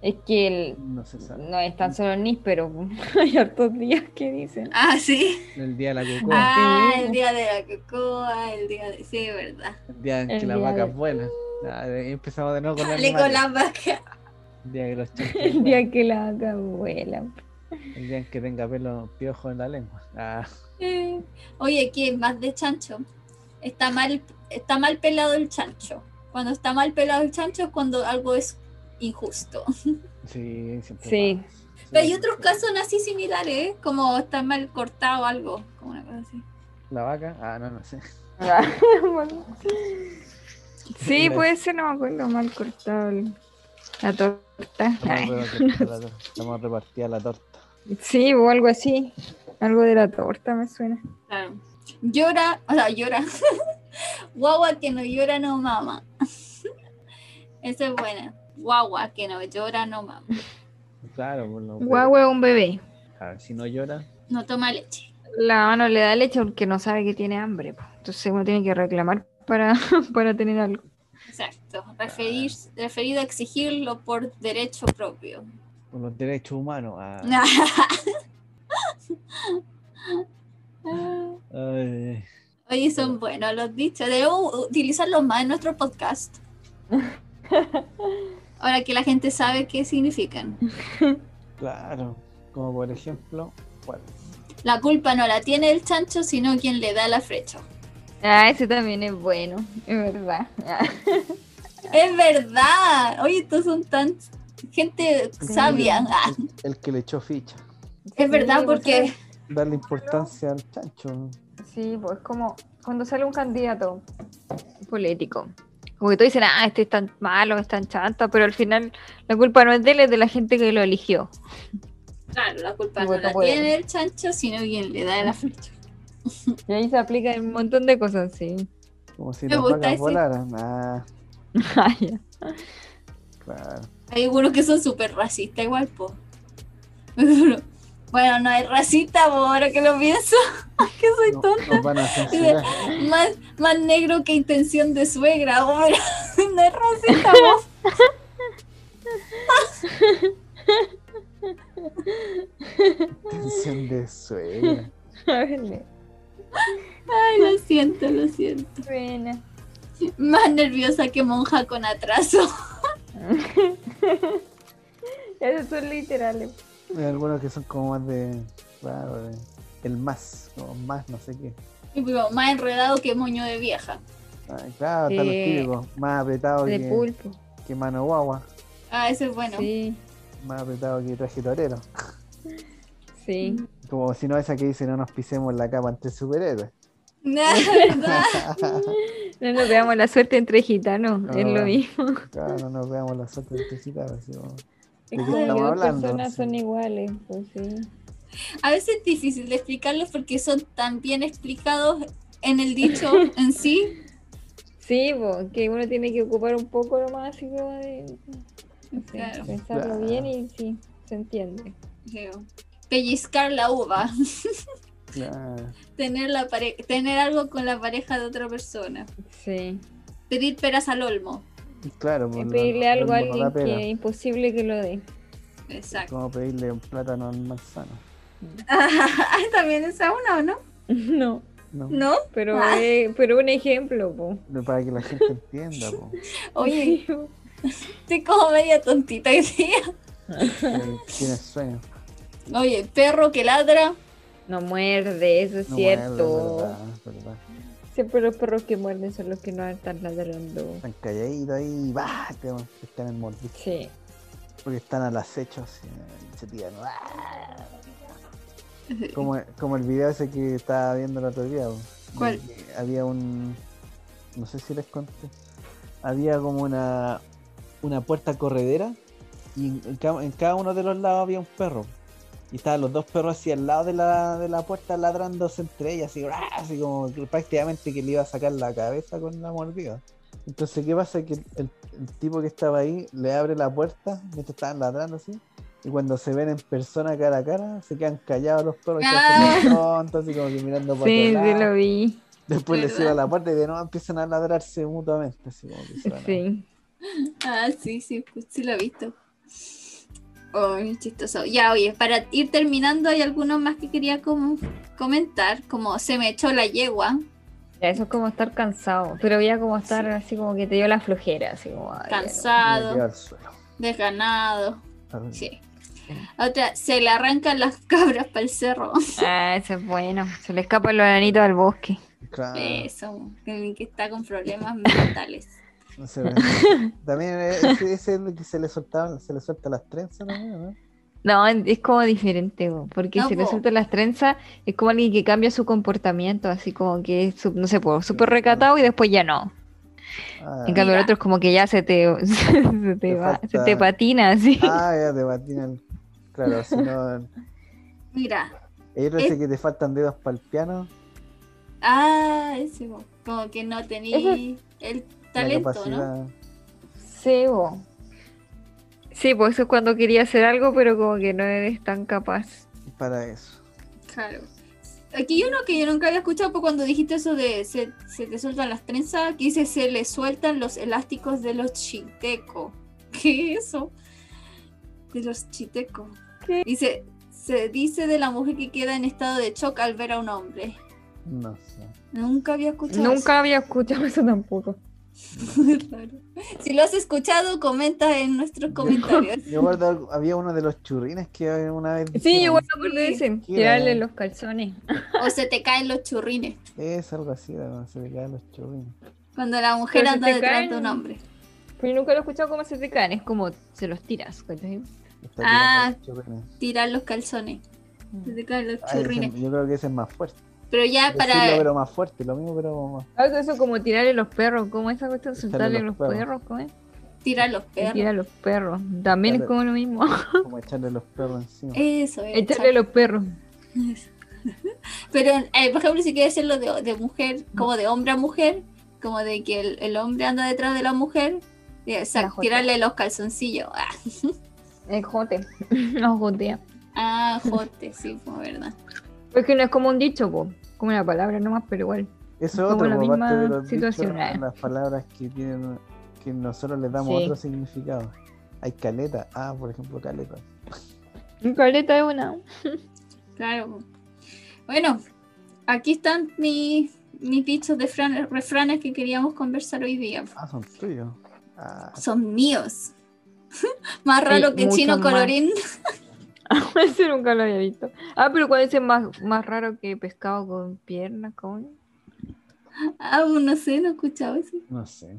Speaker 4: Es que el,
Speaker 2: No se sabe.
Speaker 4: no es tan solo el NIS, pero hay hartos días que dicen.
Speaker 3: Ah, sí.
Speaker 2: El día de la cocoa,
Speaker 3: Ah,
Speaker 4: Sí.
Speaker 3: el día de la cocoa, el día de. Sí, verdad.
Speaker 2: el día en
Speaker 4: el
Speaker 2: que las
Speaker 4: día
Speaker 2: vacas
Speaker 4: de-
Speaker 2: vuelan. Ah, de- empezamos de nuevo con, los
Speaker 3: Dale con
Speaker 2: animales.
Speaker 3: la vaca.
Speaker 2: El día que los chanchos
Speaker 4: El
Speaker 2: vuelan.
Speaker 4: día que la vaca vuela.
Speaker 2: El día en que tenga pelo piojo en la lengua. Ah,
Speaker 3: Eh, Oye, aquí es más de chancho. Está mal, está mal pelado el chancho. Cuando está mal pelado el chancho es cuando algo es injusto.
Speaker 2: sí, siempre
Speaker 4: Sí.
Speaker 2: pasa. Sí,
Speaker 3: Pero hay
Speaker 2: sí,
Speaker 3: otros
Speaker 2: sí.
Speaker 3: casos así similares, ¿eh? como está mal cortado algo, como una cosa así.
Speaker 2: La vaca, ah, no, no sé.
Speaker 4: Sí, puede ser, no me acuerdo, mal cortado el- la torta. Ay,
Speaker 2: Estamos repartiendo la torta. Estamos repartida la torta.
Speaker 4: Sí, o algo así. Algo de la torta me suena.
Speaker 3: Claro. Llora, o sea, llora. Guagua que no llora no mama. Esa es buena. Guagua que no llora no mama.
Speaker 2: Claro, pues, por lo
Speaker 4: Guagua es un bebé.
Speaker 2: Claro, si no llora,
Speaker 3: No toma leche.
Speaker 4: La mano le da leche porque no sabe que tiene hambre. po. Entonces uno tiene que reclamar para, para tener algo.
Speaker 3: Exacto. Referir, referido a exigirlo por derecho propio.
Speaker 2: por los derechos humanos. Ah, ay,
Speaker 3: Oye, son buenos los dichos. Debemos utilizarlos más en nuestro podcast. Ahora que la gente sabe qué significan.
Speaker 2: claro, como por ejemplo, ¿cuál?
Speaker 3: La culpa no la tiene el chancho, sino quien le da la flecha.
Speaker 4: Ah, ese también es bueno, es verdad.
Speaker 3: Es verdad. Oye, estos son tan gente sabia. Ah,
Speaker 2: El, el que le echó ficha.
Speaker 3: es verdad
Speaker 4: pues,
Speaker 3: porque
Speaker 2: Darle importancia al chancho.
Speaker 4: Sí, pues como cuando sale un candidato político. Como que todos dicen, ah, este es tan malo, es tan chanta, pero al final la culpa no es de él, es de la gente que lo eligió.
Speaker 3: claro, la culpa
Speaker 4: Y
Speaker 3: no
Speaker 4: votó
Speaker 3: la
Speaker 4: por él.
Speaker 3: tiene el chancho, sino quien le da la flecha.
Speaker 4: Y ahí se aplica un montón de cosas, sí.
Speaker 2: Como si
Speaker 3: Me
Speaker 2: las
Speaker 3: gusta
Speaker 2: vacas
Speaker 3: ese.
Speaker 2: volaran. Ah,
Speaker 4: Ah, ya.
Speaker 2: claro.
Speaker 3: Hay algunos que son súper racistas igual, po. Bueno, no hay racista, po, ahora que lo pienso. que soy
Speaker 2: No-
Speaker 3: tonta.
Speaker 2: nos van a censurar.
Speaker 3: Más, más negro que intención de suegra, po, pero no es racista, po.
Speaker 2: Tensión de suegra.
Speaker 4: A ver, le-
Speaker 3: Ay, lo siento, lo siento.
Speaker 4: Buena.
Speaker 3: Más nerviosa que monja con atraso.
Speaker 4: Esos son literales.
Speaker 2: Hay algunos que son como más de. Claro, de- el más, como más, no sé qué.
Speaker 3: Y digo, más enredado que moño de vieja.
Speaker 2: Ah, claro, está
Speaker 4: Eh,
Speaker 2: los típicos. Más apretado
Speaker 4: De
Speaker 2: que,
Speaker 4: pulpo.
Speaker 2: que mano guagua.
Speaker 3: Ah, ese es bueno.
Speaker 4: Sí,
Speaker 2: Más apretado que traje torero.
Speaker 4: sí.
Speaker 2: Como si no esa que dice no nos pisemos la capa entre superhéroes.
Speaker 3: Nah, ¿verdad?
Speaker 4: No nos veamos la suerte entre gitanos,
Speaker 2: No,
Speaker 4: es lo
Speaker 2: no.
Speaker 4: mismo.
Speaker 2: claro, no nos veamos la suerte entre gitanos, este así como-
Speaker 4: Es
Speaker 2: qué
Speaker 4: como que
Speaker 2: estamos
Speaker 4: dos
Speaker 2: hablando?
Speaker 4: personas
Speaker 2: Sí.
Speaker 4: son iguales, pues sí.
Speaker 3: A veces es difícil de explicarlos porque son tan bien explicados en el dicho en sí.
Speaker 4: Sí, po, que uno tiene que ocupar un poco lo más así como de no sé,
Speaker 3: Claro.
Speaker 4: pensarlo
Speaker 2: Claro.
Speaker 4: bien y sí, se entiende.
Speaker 3: creo. Pellizcar la uva.
Speaker 2: Claro.
Speaker 3: Tener, la pare- tener algo con la pareja de otra persona.
Speaker 4: Sí.
Speaker 3: Pedir peras al olmo.
Speaker 2: Claro,
Speaker 4: Y
Speaker 2: pues,
Speaker 4: pedirle
Speaker 2: no-
Speaker 4: algo a
Speaker 2: no da
Speaker 4: alguien
Speaker 2: pena.
Speaker 4: que es imposible que lo dé.
Speaker 3: Exacto.
Speaker 2: Como pedirle un plátano al manzano.
Speaker 3: También esa una, ¿o no?
Speaker 4: No,
Speaker 2: No,
Speaker 3: ¿No?
Speaker 4: pero,
Speaker 3: Ah.
Speaker 4: eh, pero un ejemplo, po.
Speaker 2: no, Para que la gente entienda, po.
Speaker 3: Oye, estoy como media tontita que sea.
Speaker 2: que Tienes sueño.
Speaker 3: Oye, perro que ladra.
Speaker 4: No muerde, eso es
Speaker 2: No
Speaker 4: cierto.
Speaker 2: muerde, verdad, verdad.
Speaker 4: Siempre los perros que muerden son los que no están ladrando.
Speaker 2: Están calladitos ahí, bah, te te están en mordisco,
Speaker 4: Sí.
Speaker 2: porque están al acecho, así, eh, se tiran, bah. Como, como el video ese que estaba viendo el otro día. po, de
Speaker 3: ¿Cuál?
Speaker 2: que Había un, no sé si les conté, había como una, una puerta corredera y en, en ca- en cada uno de los lados había un perro. Y estaban los dos perros así al lado de la, de la puerta ladrándose entre ellas, así, ¡bra! así como que prácticamente que le iba a sacar la cabeza con la mordida. Entonces, ¿qué pasa? Que el, el- el tipo que estaba ahí le abre la puerta mientras estaban ladrando así. Y cuando se ven en persona cara a cara, se quedan callados los perros, y se hacen los tontos, así como que mirando para
Speaker 4: Ah. Sí,
Speaker 2: otro
Speaker 4: sí
Speaker 2: lado.
Speaker 4: lo vi.
Speaker 2: Después les
Speaker 3: ¿Verdad?
Speaker 2: cierran la puerta y de nuevo empiezan a ladrarse mutuamente. Así como que se van a-
Speaker 4: Sí.
Speaker 3: Ah, sí, sí, pues sí lo he visto. Oh, es chistoso. Ya, oye, para ir terminando, hay algunos más que quería como comentar, como se me echó la yegua,
Speaker 4: Ya, Eso es como estar cansado, pero ya como estar así como que te dio la flojera, así como... ay, ya no.
Speaker 2: Me quedo
Speaker 3: cansado,
Speaker 2: al suelo.
Speaker 3: desganado.
Speaker 2: Al-
Speaker 3: Sí. Otra, se le arrancan las cabras para el cerro.
Speaker 4: Ah, eso es bueno. Se le escapan los granitos al bosque.
Speaker 2: Claro,
Speaker 3: Eso, que que está con problemas mentales.
Speaker 2: no se ve. También eh, ese ese es el que se le soltaban, se le suelta las trenzas también, ¿no?
Speaker 4: No, es como diferente, po, porque
Speaker 3: No,
Speaker 4: si le
Speaker 3: po.
Speaker 4: sueltan las trenzas, es como alguien que cambia su comportamiento, así como que es, su- no sé, po, súper recatado y después ya no.
Speaker 2: Ah,
Speaker 4: En cambio, el
Speaker 3: Mira.
Speaker 4: otro es como que ya se te, se te,
Speaker 2: Te
Speaker 4: va- se
Speaker 2: falta-
Speaker 4: te patina, así.
Speaker 2: ah, ya te patinan. Claro, si no.
Speaker 3: Mira,
Speaker 2: Ellos dicen que te faltan dedos para el piano.
Speaker 3: ah, ese, como que no tenía el
Speaker 2: la
Speaker 3: talento, ¿no?
Speaker 2: capacidad.
Speaker 4: Sí, po. Sí, pues eso es cuando quería hacer algo, pero como que no eres tan capaz.
Speaker 2: para eso.
Speaker 3: Claro. Aquí hay uno que yo nunca había escuchado pues, cuando dijiste eso de se, se te sueltan las trenzas, que dice se le sueltan los elásticos de los chiteco. ¿Qué es eso? De los chiteco. Dice, se dice de la mujer que queda en estado de shock al ver a un hombre.
Speaker 2: No sé.
Speaker 3: Nunca había escuchado
Speaker 4: Nunca había escuchado eso tampoco.
Speaker 3: eso. Raro. si lo has escuchado, comenta en nuestros comentarios.
Speaker 2: Yo guardo, algo- había uno de los churrines que una vez.
Speaker 4: Sí, yo
Speaker 2: dijeron,
Speaker 4: igual me acuerdo de ese.
Speaker 2: Sí,
Speaker 4: Tirarle
Speaker 2: era-
Speaker 4: los calzones.
Speaker 3: O se te caen los churrines
Speaker 2: Es algo así, ¿no? se le caen los churrines.
Speaker 3: cuando la mujer
Speaker 4: Pero se
Speaker 3: anda
Speaker 4: te
Speaker 3: detrás
Speaker 4: caen.
Speaker 3: de un hombre.
Speaker 4: Pero nunca lo he escuchado cómo se te caen. Es como se los tiras. ¿cachai?
Speaker 2: Está
Speaker 3: Ah.
Speaker 2: tirando los churrines.
Speaker 3: Tirar los calzones.
Speaker 4: Mm.
Speaker 3: Se te caen los
Speaker 2: Ah, ese-
Speaker 3: churrines.
Speaker 2: yo creo que ese es más fuerte.
Speaker 3: Pero ya
Speaker 2: Decirlo,
Speaker 3: para...
Speaker 2: pero más fuerte, lo mismo, pero más
Speaker 4: Algo Ah, eso como tirarle los perros. ¿Cómo esa cuestión?
Speaker 2: Soltarle
Speaker 4: Soltarle los
Speaker 2: los
Speaker 4: perros. ¿Cómo es?
Speaker 3: Tirar los
Speaker 4: Y
Speaker 3: perros.
Speaker 4: Tirar los perros. También es
Speaker 2: Dale.
Speaker 4: como lo mismo.
Speaker 2: como echarle los perros encima.
Speaker 3: Eso, es,
Speaker 4: Echarle los perros.
Speaker 3: chao. Pero, eh, por ejemplo, si quieres hacerlo de, de mujer, como de hombre a mujer, como de que el, el hombre anda detrás de la mujer, eh, sa-
Speaker 4: La jota.
Speaker 3: tirarle los calzoncillos. Ah,
Speaker 4: El jote. No jotea.
Speaker 3: ah, jote, sí, fue verdad.
Speaker 4: Porque no es como un dicho, po. como una palabra nomás, pero igual.
Speaker 2: Eso es
Speaker 4: Como
Speaker 2: otro,
Speaker 4: la
Speaker 2: po, aparte de
Speaker 4: misma
Speaker 2: los dichos,
Speaker 4: situación, eh.
Speaker 2: las palabras que tienen, que nosotros les damos
Speaker 4: Sí.
Speaker 2: otro significado. Hay caleta, ah, por ejemplo, caleta.
Speaker 4: Caleta es una.
Speaker 3: Claro. pues. Bueno, aquí están mi- mis dichos de fran- refranes que queríamos conversar hoy día.
Speaker 2: Ah, son tuyos. Ah,
Speaker 3: Son míos. más raro que
Speaker 4: mucho
Speaker 3: chino
Speaker 4: más.
Speaker 3: colorín.
Speaker 4: Ese nunca lo había visto. Ah, pero ¿cuál es el más, más raro que pescado con piernas? Con...
Speaker 3: Ah, no sé, no he escuchado eso.
Speaker 2: no sé.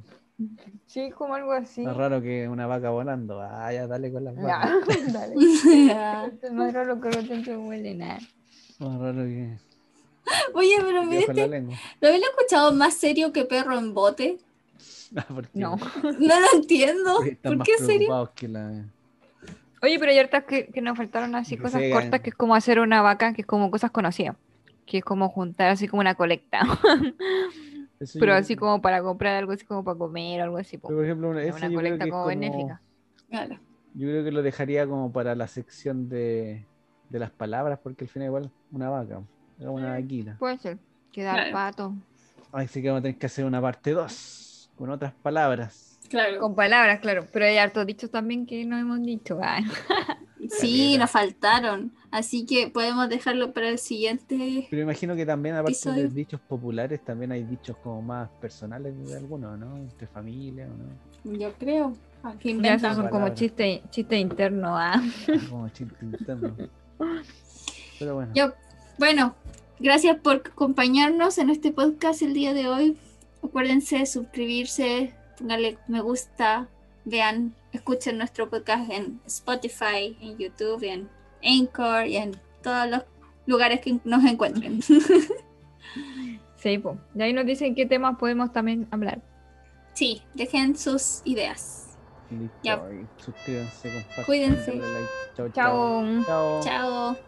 Speaker 4: Sí, como algo así.
Speaker 2: Más raro que una vaca volando. Ah, ya dale con las vacas.
Speaker 4: Nah, dale. Este
Speaker 3: Ah.
Speaker 4: Es más raro que los tentos huele nada.
Speaker 2: Más raro que
Speaker 3: Oye, pero
Speaker 2: que con la
Speaker 3: ¿viste?
Speaker 2: lengua.
Speaker 3: ¿Lo habéis escuchado más serio que perro en bote?
Speaker 2: Ah, porque-
Speaker 4: No.
Speaker 3: No lo entiendo.
Speaker 2: porque están
Speaker 3: ¿Por
Speaker 2: más
Speaker 3: qué serio?
Speaker 2: preocupados que la.
Speaker 4: Oye, pero hay hartas que, que nos faltaron así
Speaker 2: Que
Speaker 4: cosas
Speaker 2: se
Speaker 4: cortas,
Speaker 2: ganan.
Speaker 4: que es como hacer una vaca, que es como cosas conocidas. Que es como juntar así como una colecta.
Speaker 2: Eso
Speaker 4: pero
Speaker 2: yo-
Speaker 4: así como para comprar algo así como para comer o algo así. po.
Speaker 2: Por ejemplo, una, eso
Speaker 4: Una
Speaker 2: yo creo
Speaker 4: colecta
Speaker 2: que es
Speaker 4: como
Speaker 2: como
Speaker 4: benéfica.
Speaker 3: Claro.
Speaker 2: Yo creo que lo dejaría como para la sección de, de las palabras, porque al final igual una vaca, era una
Speaker 4: Mm.
Speaker 2: vaquita.
Speaker 4: Puede ser. Quedar
Speaker 3: Claro.
Speaker 4: pato.
Speaker 2: Ay, sí que vamos a tener que hacer una parte 2, con otras palabras.
Speaker 3: Claro.
Speaker 4: Con palabras, claro. Pero hay hartos dichos también que no hemos dicho. Ah,
Speaker 3: Sí, nos faltaron. Así que podemos dejarlo para el siguiente.
Speaker 2: Pero imagino que también, aparte de
Speaker 3: Episodio.
Speaker 2: dichos populares, también hay dichos como más personales de algunos, ¿no? Entre familias, ¿no?
Speaker 3: Yo creo. Aquí
Speaker 4: ya esos
Speaker 3: inventamos.
Speaker 4: son como
Speaker 2: Palabras.
Speaker 4: chistes chiste internos. ah.
Speaker 2: Como chiste interno. Pero bueno,
Speaker 3: Ya, Bueno, gracias por acompañarnos en este podcast el día de hoy. Acuérdense de suscribirse, pónganle me gusta, vean, escuchen nuestro podcast en Spotify, en YouTube, en Anchor y en todos los lugares que nos encuentren.
Speaker 4: Sí, po. Y ahí nos dicen qué temas podemos también hablar.
Speaker 3: sí, dejen sus ideas.
Speaker 2: listo.
Speaker 3: ya.
Speaker 2: y Suscríbanse, compartan.
Speaker 3: Cuídense.
Speaker 2: denle like. Chao,
Speaker 4: Chao.
Speaker 2: Chao.
Speaker 3: Chao.